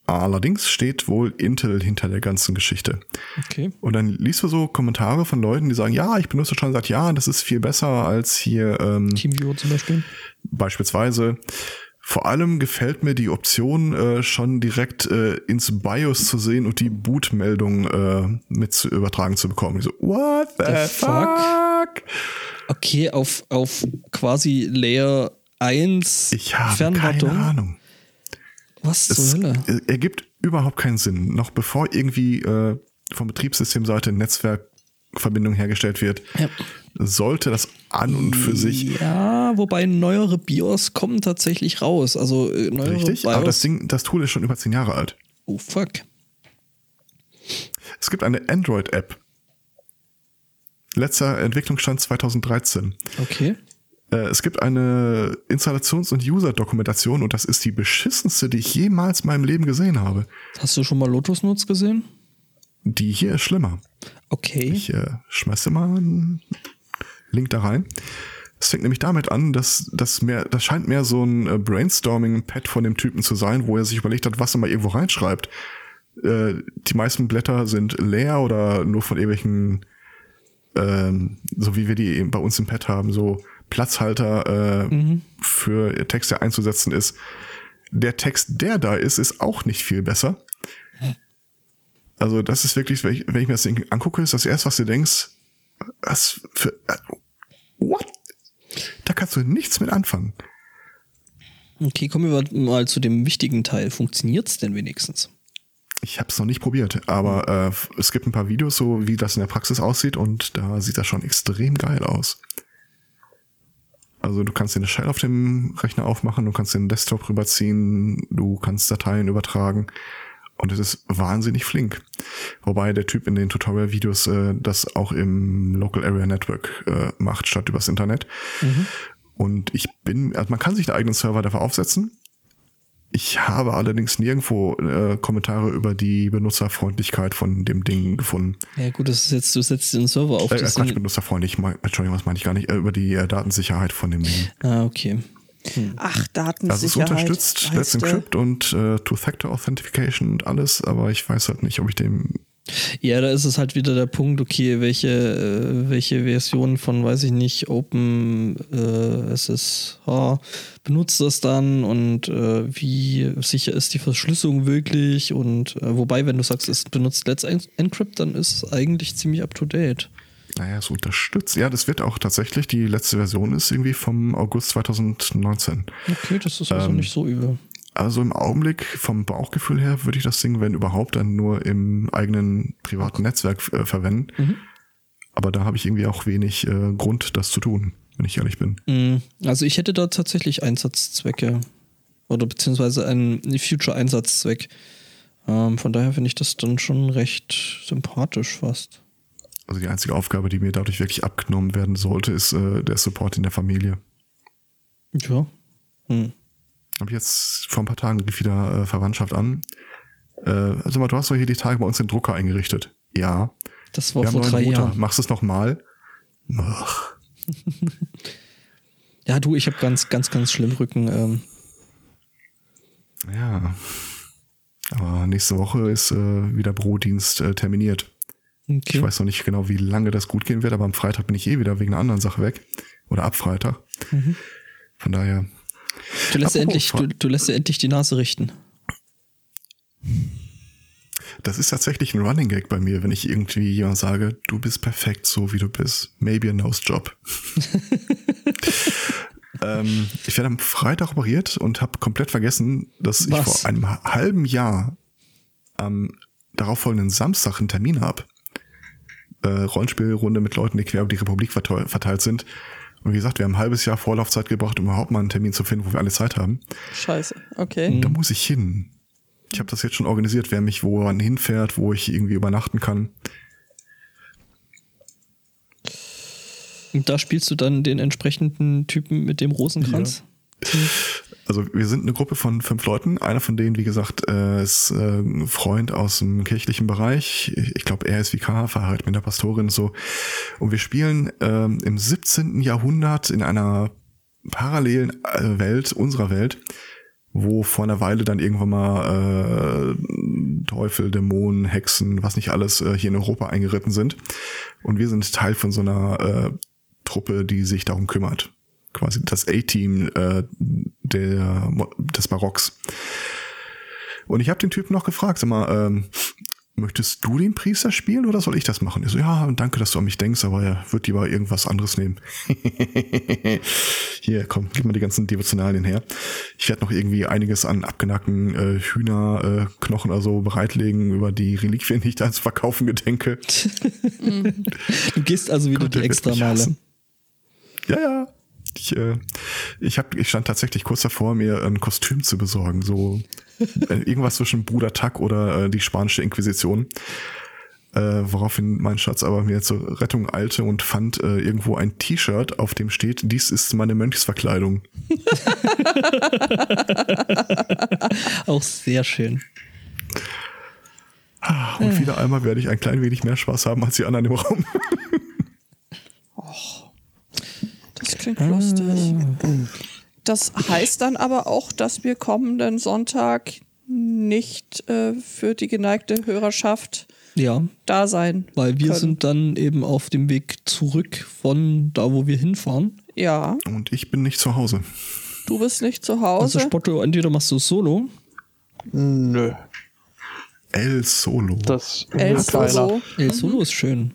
Speaker 2: Allerdings steht wohl Intel hinter der ganzen Geschichte.
Speaker 1: Okay.
Speaker 2: Und dann liest du so Kommentare von Leuten, die sagen, ja, ich benutze schon seit Jahren, das ist viel besser als hier ähm,
Speaker 1: TeamViewer zum Beispiel.
Speaker 2: beispielsweise. Vor allem gefällt mir die Option, äh, schon direkt äh, ins BIOS zu sehen und die Bootmeldung äh, mit zu übertragen zu bekommen. Ich so, what the,
Speaker 1: The fuck?
Speaker 2: fuck?
Speaker 1: Okay, auf, auf quasi Layer 1
Speaker 2: Ich habe keine Ahnung.
Speaker 1: Was
Speaker 2: Es
Speaker 1: zur Hölle?
Speaker 2: äh, ergibt überhaupt keinen Sinn. Noch bevor irgendwie äh, vom Betriebssystemseite eine Netzwerkverbindung hergestellt wird,
Speaker 1: Ja.
Speaker 2: sollte das an und für sich
Speaker 1: Ja, wobei neuere BIOS kommen tatsächlich raus. Also äh, neuere
Speaker 2: richtig.
Speaker 1: BIOS.
Speaker 2: Aber das Ding, das Tool ist schon über zehn Jahre alt.
Speaker 1: oh fuck.
Speaker 2: Es gibt eine Android-App. Letzter Entwicklungsstand 2013.
Speaker 1: Okay.
Speaker 2: Äh, Es gibt eine Installations- und User-Dokumentation und das ist die beschissenste, die ich jemals in meinem Leben gesehen habe.
Speaker 1: Hast du schon mal Lotus Notes gesehen?
Speaker 2: Die hier ist schlimmer.
Speaker 1: Okay.
Speaker 2: Ich äh, schmeiße mal einen Link da rein. Es fängt nämlich damit an, dass das mehr, das scheint mehr so ein äh, Brainstorming-Pad von dem Typen zu sein, wo er sich überlegt hat, was er mal irgendwo reinschreibt. Äh, die meisten Blätter sind leer oder nur von irgendwelchen, ähm, so wie wir die eben bei uns im Pad haben, so Platzhalter äh, für Text, der einzusetzen ist. Der Text, der da ist, ist auch nicht viel besser. Also, das ist wirklich, wenn ich, wenn ich mir das Ding angucke, ist das erste, was du denkst, was für. äh, What? Da kannst du nichts mit anfangen.
Speaker 1: Okay, kommen wir mal zu dem wichtigen Teil. Funktioniert's denn wenigstens?
Speaker 2: Ich habe es noch nicht probiert, aber äh, f- es gibt ein paar Videos, so wie das in der Praxis aussieht, und da sieht das schon extrem geil aus. Also du kannst dir eine Shell auf dem Rechner aufmachen, du kannst den Desktop rüberziehen, du kannst Dateien übertragen und es ist wahnsinnig flink. Wobei der Typ in den Tutorial-Videos äh, das auch im Local Area Network äh, macht, statt übers Internet. Und ich bin, also man kann sich einen eigenen Server dafür aufsetzen, ich habe allerdings nirgendwo äh, Kommentare über die Benutzerfreundlichkeit von dem Ding gefunden.
Speaker 1: Ja gut, das ist jetzt, du setzt den Server auf.
Speaker 2: Äh,
Speaker 1: das
Speaker 2: Quatsch,
Speaker 1: sind-
Speaker 2: benutzerfreundlich, mein, Entschuldigung, was meine ich gar nicht, äh, über die äh, Datensicherheit von dem Ding.
Speaker 1: ah, okay.
Speaker 4: Ach,
Speaker 2: Also es
Speaker 4: Datensicherheit.
Speaker 2: unterstützt Let's
Speaker 4: weißt du.
Speaker 2: Encrypt und äh, Two-Factor Authentication und alles, aber ich weiß halt nicht, ob ich dem
Speaker 1: Ja, da ist es halt wieder der Punkt, okay, welche, äh, welche Version von, weiß ich nicht, Open äh, SSH benutzt das dann und äh, wie sicher ist die Verschlüsselung wirklich und äh, wobei, wenn du sagst, es benutzt Let's En- Encrypt, dann ist es eigentlich ziemlich up to date.
Speaker 2: Naja, es unterstützt. Ja, das wird auch tatsächlich, die letzte Version ist irgendwie vom August 2019.
Speaker 1: Okay, das ist also nicht so übel.
Speaker 2: Also im Augenblick, vom Bauchgefühl her, würde ich das Ding, wenn überhaupt, dann nur im eigenen privaten Netzwerk äh, verwenden.
Speaker 1: Mhm.
Speaker 2: Aber da habe ich irgendwie auch wenig äh, Grund, das zu tun, wenn ich ehrlich bin.
Speaker 1: Mm, Also ich hätte da tatsächlich Einsatzzwecke oder beziehungsweise einen Future-Einsatzzweck. Ähm, von daher finde ich das dann schon recht sympathisch fast.
Speaker 2: Also die einzige Aufgabe, die mir dadurch wirklich abgenommen werden sollte, ist äh, der Support in der Familie.
Speaker 1: Ja. Hm.
Speaker 2: Habe ich jetzt vor ein paar Tagen rief wieder äh, Verwandtschaft an. Äh, also mal, du hast doch hier die Tage bei uns den Drucker eingerichtet. Ja.
Speaker 1: Das war
Speaker 2: Wir haben
Speaker 1: vor
Speaker 2: einen
Speaker 1: drei
Speaker 2: neuen Router.
Speaker 1: Jahren.
Speaker 2: Machst du es nochmal? Ach.
Speaker 1: Ja, du, ich habe ganz, ganz, ganz schlimm Rücken. Ähm,
Speaker 2: Ja. Aber nächste Woche ist äh, wieder Brotdienst äh, terminiert.
Speaker 1: okay.
Speaker 2: Ich weiß noch nicht genau, wie lange das gut gehen wird, aber am Freitag bin ich eh wieder wegen einer anderen Sache weg. Oder ab Freitag. Von daher,
Speaker 1: du, lässt ja endlich,
Speaker 2: Apropos
Speaker 1: du, du lässt ja endlich die Nase richten.
Speaker 2: das ist tatsächlich ein Running Gag bei mir, wenn ich irgendwie jemand sage, du bist perfekt, so wie du bist. Maybe a nose job. ähm, ich werde am Freitag operiert und habe komplett vergessen, dass ich
Speaker 1: Was?
Speaker 2: vor einem halben Jahr am darauffolgenden Samstag einen Termin habe. Äh, Rollenspielrunde mit Leuten, die quer über die Republik verteil- verteilt sind. Und wie gesagt, wir haben ein halbes Jahr Vorlaufzeit gebraucht, um überhaupt mal einen Termin zu finden, wo wir alle Zeit haben.
Speaker 4: Scheiße, okay.
Speaker 2: Da muss ich hin. Ich habe das jetzt schon organisiert, wer mich woran hinfährt, wo ich irgendwie übernachten kann.
Speaker 1: Und da spielst du dann den entsprechenden Typen mit dem Rosenkranz.
Speaker 2: Also wir sind eine Gruppe von fünf Leuten. Einer von denen, wie gesagt, äh, ist äh, ein Freund aus dem kirchlichen Bereich. Ich glaube, er ist Vikar, verheiratet mit der Pastorin und so. Und wir spielen ähm, im 17. Jahrhundert in einer parallelen äh, Welt, unserer Welt, wo vor einer Weile dann irgendwann mal äh, Teufel, Dämonen, Hexen, was nicht alles äh, hier in Europa eingeritten sind. Und wir sind Teil von so einer äh, Truppe, die sich darum kümmert. Quasi das A-Team äh, der, des Barocks. Und ich habe den Typen noch gefragt, sag mal, ähm, möchtest du den Priester spielen oder soll ich das machen? Ich so, ja, danke, dass du an mich denkst, aber er wird lieber irgendwas anderes nehmen. Hier, komm, gib mal die ganzen Devotionalien her. Ich werde noch irgendwie einiges an abgenackten äh, Hühnerknochen äh, oder so bereitlegen, über die Reliquien, die ich da zu verkaufen gedenke.
Speaker 1: Du gehst also wieder
Speaker 2: Gott,
Speaker 1: die
Speaker 2: der wird
Speaker 1: extra
Speaker 2: mich
Speaker 1: Meile.
Speaker 2: hassen. Ja, ja. Ich, äh, ich, hab, ich stand tatsächlich kurz davor, mir ein Kostüm zu besorgen. So äh, irgendwas zwischen Bruder Tuck oder äh, die spanische Inquisition. Äh, woraufhin mein Schatz aber mir zur Rettung eilte und fand äh, irgendwo ein T-Shirt, auf dem steht, dies ist meine Mönchsverkleidung.
Speaker 1: Auch sehr schön.
Speaker 2: Ah, Und wieder einmal werde ich ein klein wenig mehr Spaß haben als die anderen im Raum.
Speaker 4: Das klingt lustig. Das heißt dann aber auch, dass wir kommenden Sonntag nicht äh, für die geneigte Hörerschaft
Speaker 1: Ja,
Speaker 4: da sein.
Speaker 1: weil wir
Speaker 4: können.
Speaker 1: sind dann eben auf dem Weg zurück von da, wo wir hinfahren.
Speaker 4: Ja,
Speaker 2: Und ich bin nicht zu Hause.
Speaker 4: du bist nicht zu
Speaker 1: Also
Speaker 4: Hause.
Speaker 1: Spotto, entweder machst du es solo.
Speaker 3: Nö.
Speaker 2: El Solo.
Speaker 3: Das
Speaker 4: El
Speaker 3: will keiner.
Speaker 4: Solo.
Speaker 2: Mhm.
Speaker 1: El Solo ist schön.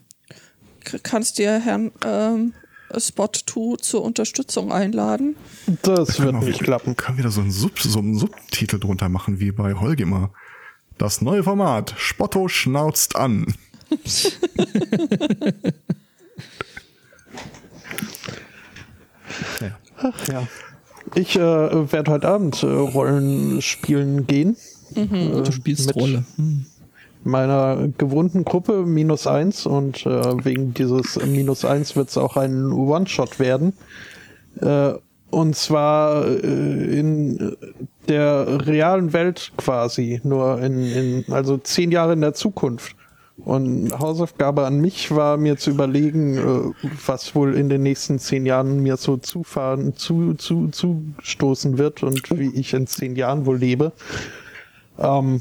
Speaker 4: K- Kannst dir Herrn ähm, Spot 2 zur Unterstützung einladen.
Speaker 3: Das wird
Speaker 2: Können wir-
Speaker 3: nicht klappen.
Speaker 2: Können wir da so einen, Sub, so einen Subtitel drunter machen, wie bei Holgi immer? Das neue Format, Spotto schnauzt an. ja.
Speaker 3: Ja. Ich äh, werde heute Abend äh, Rollen spielen gehen.
Speaker 1: Du spielst
Speaker 3: mit-
Speaker 1: Rolle. Hm.
Speaker 3: Meiner gewohnten Gruppe minus eins und äh, wegen dieses minus eins wird es auch ein One-Shot werden. Äh, und zwar äh, in der realen Welt quasi, nur in, in also zehn Jahre in der Zukunft. Und Hausaufgabe an mich war mir zu überlegen, äh, was wohl in den nächsten zehn Jahren mir so zufahren, zu, zu, zustoßen wird und wie ich in zehn Jahren wohl lebe. Ähm,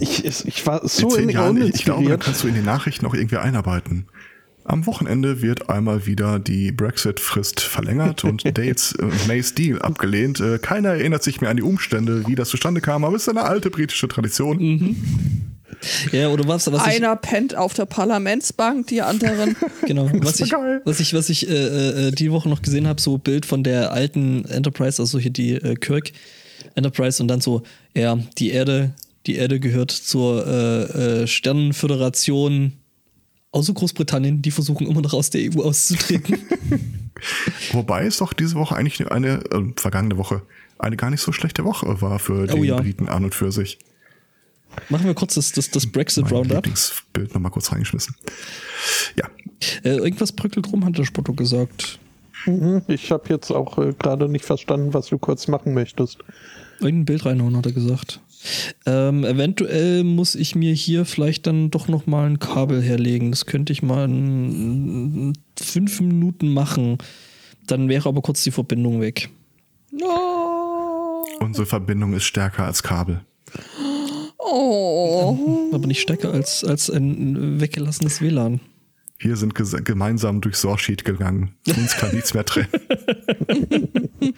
Speaker 3: ich, ich ich war
Speaker 2: In
Speaker 3: so
Speaker 2: zehn
Speaker 3: in
Speaker 2: Jahren, ich, ich glaube, da
Speaker 3: uninspiriert.
Speaker 2: kannst du in den Nachrichten auch irgendwie einarbeiten. Am Wochenende wird einmal wieder die Brexit-Frist verlängert und Dates äh, Mays Deal abgelehnt. Äh, keiner erinnert sich mehr an die Umstände, wie das zustande kam, aber es ist eine alte britische Tradition.
Speaker 3: Mhm.
Speaker 1: Ja, oder was, was ich,
Speaker 4: Einer pennt auf der Parlamentsbank, die anderen.
Speaker 1: genau, was
Speaker 2: war
Speaker 1: ich,
Speaker 2: geil.
Speaker 1: was ich, was ich äh, äh, die Woche noch gesehen habe, so Bild von der alten Enterprise, also hier die äh, Kirk Enterprise und dann so, ja, die Erde, die Erde gehört zur äh, äh, Sternenföderation, außer Großbritannien, die versuchen immer noch aus der EU auszutreten.
Speaker 2: Wobei es doch diese Woche eigentlich eine, eine äh, vergangene Woche, eine gar nicht so schlechte Woche war für
Speaker 3: Oh
Speaker 2: die
Speaker 1: ja.
Speaker 2: Briten an und für sich.
Speaker 1: Machen wir kurz das, das, das
Speaker 2: Mein
Speaker 1: Brexit-Roundup.
Speaker 2: Lieblingsbild nochmal kurz reingeschmissen. Ja,
Speaker 1: Äh, irgendwas bröckelt rum, hat der Spotto gesagt.
Speaker 3: Mhm, Ich habe jetzt auch äh, gerade nicht verstanden, was du kurz machen möchtest.
Speaker 1: Irgendein Bild reinhauen, hat er gesagt. Ähm, eventuell muss ich mir hier vielleicht dann doch nochmal ein Kabel herlegen. Das könnte ich mal in fünf Minuten machen. Dann wäre aber kurz die Verbindung weg.
Speaker 4: No.
Speaker 2: unsere Verbindung ist stärker als Kabel.
Speaker 4: Oh.
Speaker 1: Aber nicht stärker als, als ein weggelassenes WLAN.
Speaker 2: Wir sind ges- gemeinsam durch Sorsheet gegangen. Uns kann nichts mehr trennen.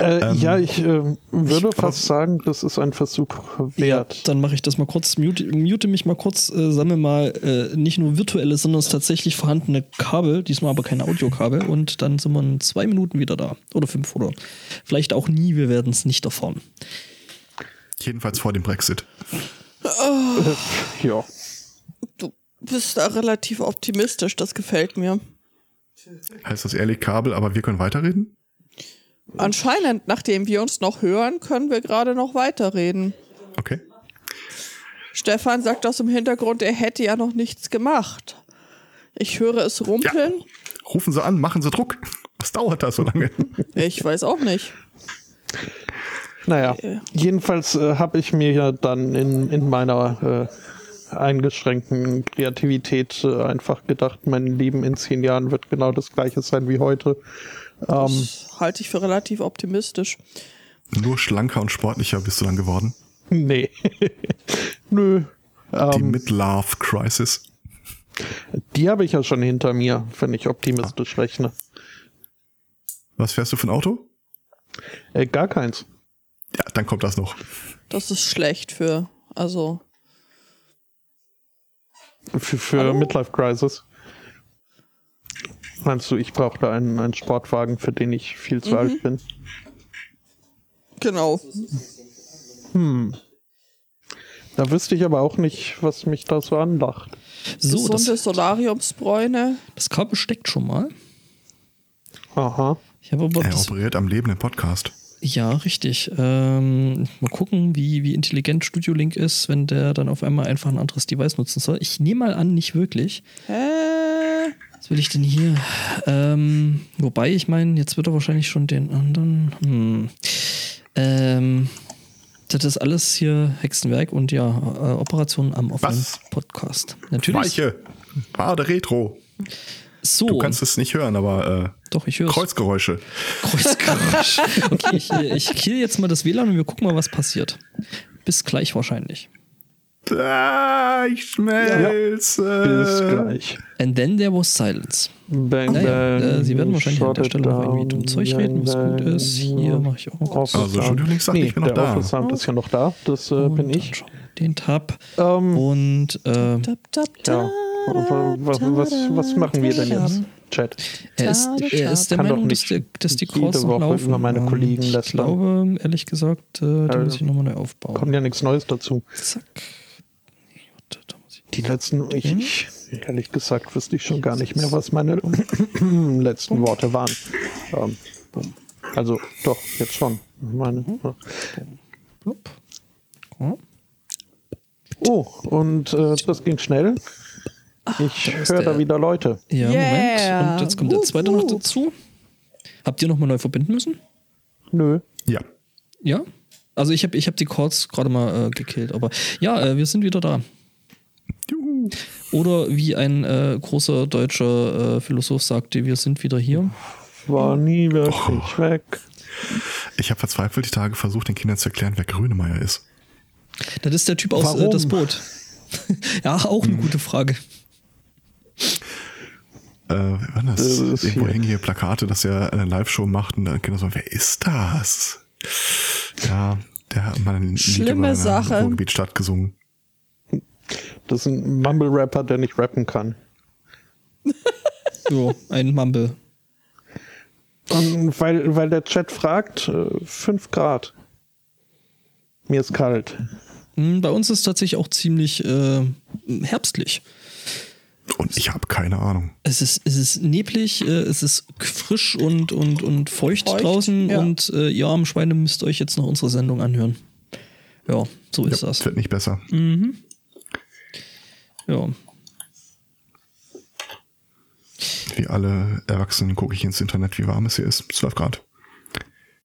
Speaker 3: Äh, ja, ich äh, würde
Speaker 2: ich glaub-
Speaker 3: fast sagen, das ist ein Versuch wert.
Speaker 1: Dann mache ich das mal kurz, mute, mute mich mal kurz, äh, sammle mal äh, nicht nur virtuelle, sondern das tatsächlich vorhandene Kabel, diesmal aber kein Audiokabel. Und dann sind wir in zwei Minuten wieder da. Oder fünf oder vielleicht auch nie, wir werden es nicht erfahren.
Speaker 2: Jedenfalls vor dem Brexit.
Speaker 3: Ja.
Speaker 4: Du bist da relativ optimistisch, das gefällt mir.
Speaker 2: Heißt das ehrlich Kabel, aber wir können weiterreden?
Speaker 4: Anscheinend, nachdem wir uns noch hören, können wir gerade noch weiterreden.
Speaker 2: Okay.
Speaker 4: Stefan sagt aus dem Hintergrund, er hätte ja noch nichts gemacht. Ich höre es rumpeln.
Speaker 2: Rufen Sie an, machen Sie Druck. Was dauert das so lange?
Speaker 4: Ich weiß auch nicht.
Speaker 3: Naja,
Speaker 4: Äh.
Speaker 3: jedenfalls äh, habe ich mir ja dann in, in meiner äh, eingeschränkten Kreativität äh, einfach gedacht, mein Leben in zehn Jahren wird genau das gleiche sein wie heute. Ähm,
Speaker 4: Das halte ich für relativ optimistisch.
Speaker 2: Nur schlanker und sportlicher bist du dann geworden.
Speaker 3: nee. Nö.
Speaker 2: Die
Speaker 3: Ähm,
Speaker 2: Midlife-Crisis.
Speaker 3: die habe ich ja schon hinter mir, wenn ich optimistisch rechne.
Speaker 2: Was fährst du für ein Auto?
Speaker 3: Äh, gar keins.
Speaker 2: Ja, dann kommt das noch.
Speaker 4: Das ist schlecht für, also,
Speaker 3: Für, für Midlife Crisis. Meinst du, ich brauchte einen, einen Sportwagen, für den ich viel zu
Speaker 1: Mhm.
Speaker 3: alt bin?
Speaker 4: genau.
Speaker 3: Da wüsste ich aber auch nicht, was mich da so anlacht.
Speaker 1: So,
Speaker 4: Gesunde
Speaker 1: das,
Speaker 4: Solariumsbräune.
Speaker 1: das Kabel steckt schon mal.
Speaker 3: Aha.
Speaker 1: Ich habe aber
Speaker 2: Er
Speaker 1: das,
Speaker 2: operiert am lebenden Podcast.
Speaker 1: ja richtig. Ähm, mal gucken, wie, wie intelligent Studio Link ist, wenn der dann auf einmal einfach ein anderes Device nutzen soll. Ich nehme mal an, nicht wirklich.
Speaker 4: Hä?
Speaker 1: Was will ich denn hier? Ähm, wobei, ich meine, jetzt wird er wahrscheinlich schon den anderen. Hm. Ähm, das ist alles hier Hexenwerk und ja, äh, Operationen am offenen
Speaker 2: Was?
Speaker 1: Podcast. Natürlich.
Speaker 2: Weiche! Wade Retro.
Speaker 1: So,
Speaker 2: Du kannst es nicht hören, aber
Speaker 1: doch, ich
Speaker 2: äh,
Speaker 1: höre
Speaker 2: Kreuzgeräusche.
Speaker 1: Kreuzgeräusch. okay, ich, äh, ich kill jetzt mal das WLAN und wir gucken mal, was passiert. Bis gleich wahrscheinlich.
Speaker 2: Ah, ich
Speaker 3: Bis
Speaker 1: Äh.
Speaker 2: schmelze.
Speaker 3: gleich.
Speaker 1: And then there was silence.
Speaker 3: Bang,
Speaker 1: Naja, äh, sie werden wahrscheinlich an der
Speaker 3: shut it
Speaker 1: Stelle noch irgendwie
Speaker 3: down,
Speaker 1: dumm Zeug reden, was
Speaker 3: bang,
Speaker 1: gut ist. Hier mache ich auch noch kurz.
Speaker 3: Office
Speaker 2: Also,
Speaker 3: Sound.
Speaker 2: Studio Link sagt, ich bin noch
Speaker 3: der
Speaker 2: da.
Speaker 3: Office Sound ist ja noch da, das äh, bin
Speaker 1: Und
Speaker 3: ich.
Speaker 1: dann schon Den Tab.
Speaker 3: Ähm,
Speaker 1: Und äh,
Speaker 4: Dab, dab,
Speaker 3: ja. Wa- wa- Was, was machen wir denn jetzt? Chat.
Speaker 1: er, ist, er ist der
Speaker 3: Kann doch
Speaker 1: Meinung, dass,
Speaker 3: nicht
Speaker 1: der, dass die
Speaker 3: jede
Speaker 1: Crowds noch
Speaker 3: Woche
Speaker 1: laufen.
Speaker 3: über meine
Speaker 1: Ähm,
Speaker 3: Kollegen
Speaker 1: ich
Speaker 3: lästern.
Speaker 1: glaube, ehrlich gesagt, äh, die
Speaker 3: Äh,
Speaker 1: muss ich nochmal neu aufbauen.
Speaker 3: Kommt ja nichts Neues dazu.
Speaker 1: Zack. Nee, warte, da muss ich-
Speaker 3: Die letzten, ich,
Speaker 1: Mhm.
Speaker 3: ich, ehrlich gesagt, wüsste ich schon gar nicht mehr, was meine letzten Worte waren. Ähm, also, doch, jetzt schon. Meine.
Speaker 1: Mhm. Blub. Ja.
Speaker 3: Oh, und äh, das ging schnell. Ich
Speaker 1: da ist
Speaker 3: höre
Speaker 1: der-
Speaker 3: da wieder Leute.
Speaker 1: Ja,
Speaker 4: Yeah.
Speaker 1: Moment. Und jetzt kommt der zweite noch dazu. Habt ihr nochmal neu verbinden müssen?
Speaker 3: Nö.
Speaker 2: Ja.
Speaker 1: Ja? Also ich habe ich hab die Chords gerade mal äh, gekillt, aber ja, äh, wir sind wieder da.
Speaker 2: Juhu.
Speaker 1: Oder wie ein äh, großer deutscher äh, Philosoph sagte, wir sind wieder hier.
Speaker 3: War nie wirklich weg.
Speaker 2: Ich habe verzweifelt die Tage versucht, den Kindern zu erklären, wer Grönemeyer ist.
Speaker 1: Das ist der Typ aus äh,
Speaker 3: Warum?
Speaker 1: das Boot. ja, auch eine gute Frage.
Speaker 2: Äh, wer war das?
Speaker 3: Das ist
Speaker 2: Irgendwo
Speaker 3: hier.
Speaker 2: hängen hier Plakate, dass er eine Live-Show macht und dann Kinder so, wer ist das? Ja, der hat mal ein
Speaker 4: Schlimme
Speaker 2: Lied über
Speaker 4: Sache.
Speaker 2: eine Ruhrgebietsstadt gesungen.
Speaker 3: Das ist ein Mumble-Rapper, der nicht rappen kann.
Speaker 1: Jo, ein Mumble.
Speaker 3: Und weil, weil der Chat fragt, 5 Grad. Mir ist kalt.
Speaker 1: Hm, Bei uns ist es tatsächlich auch ziemlich äh, herbstlich.
Speaker 2: Und ich habe keine Ahnung.
Speaker 1: Es ist, es ist neblig, äh, es ist k- frisch und, und, und feucht,
Speaker 4: Feucht,
Speaker 1: draußen
Speaker 4: ja.
Speaker 1: und äh, ihr armen Schweine müsst euch jetzt noch unsere Sendung anhören. Ja, so ist
Speaker 2: Ja,
Speaker 1: das. Mhm.
Speaker 2: wird nicht besser.
Speaker 1: Ja.
Speaker 2: Wie alle Erwachsenen gucke ich ins Internet, wie warm es hier ist. 12 Grad.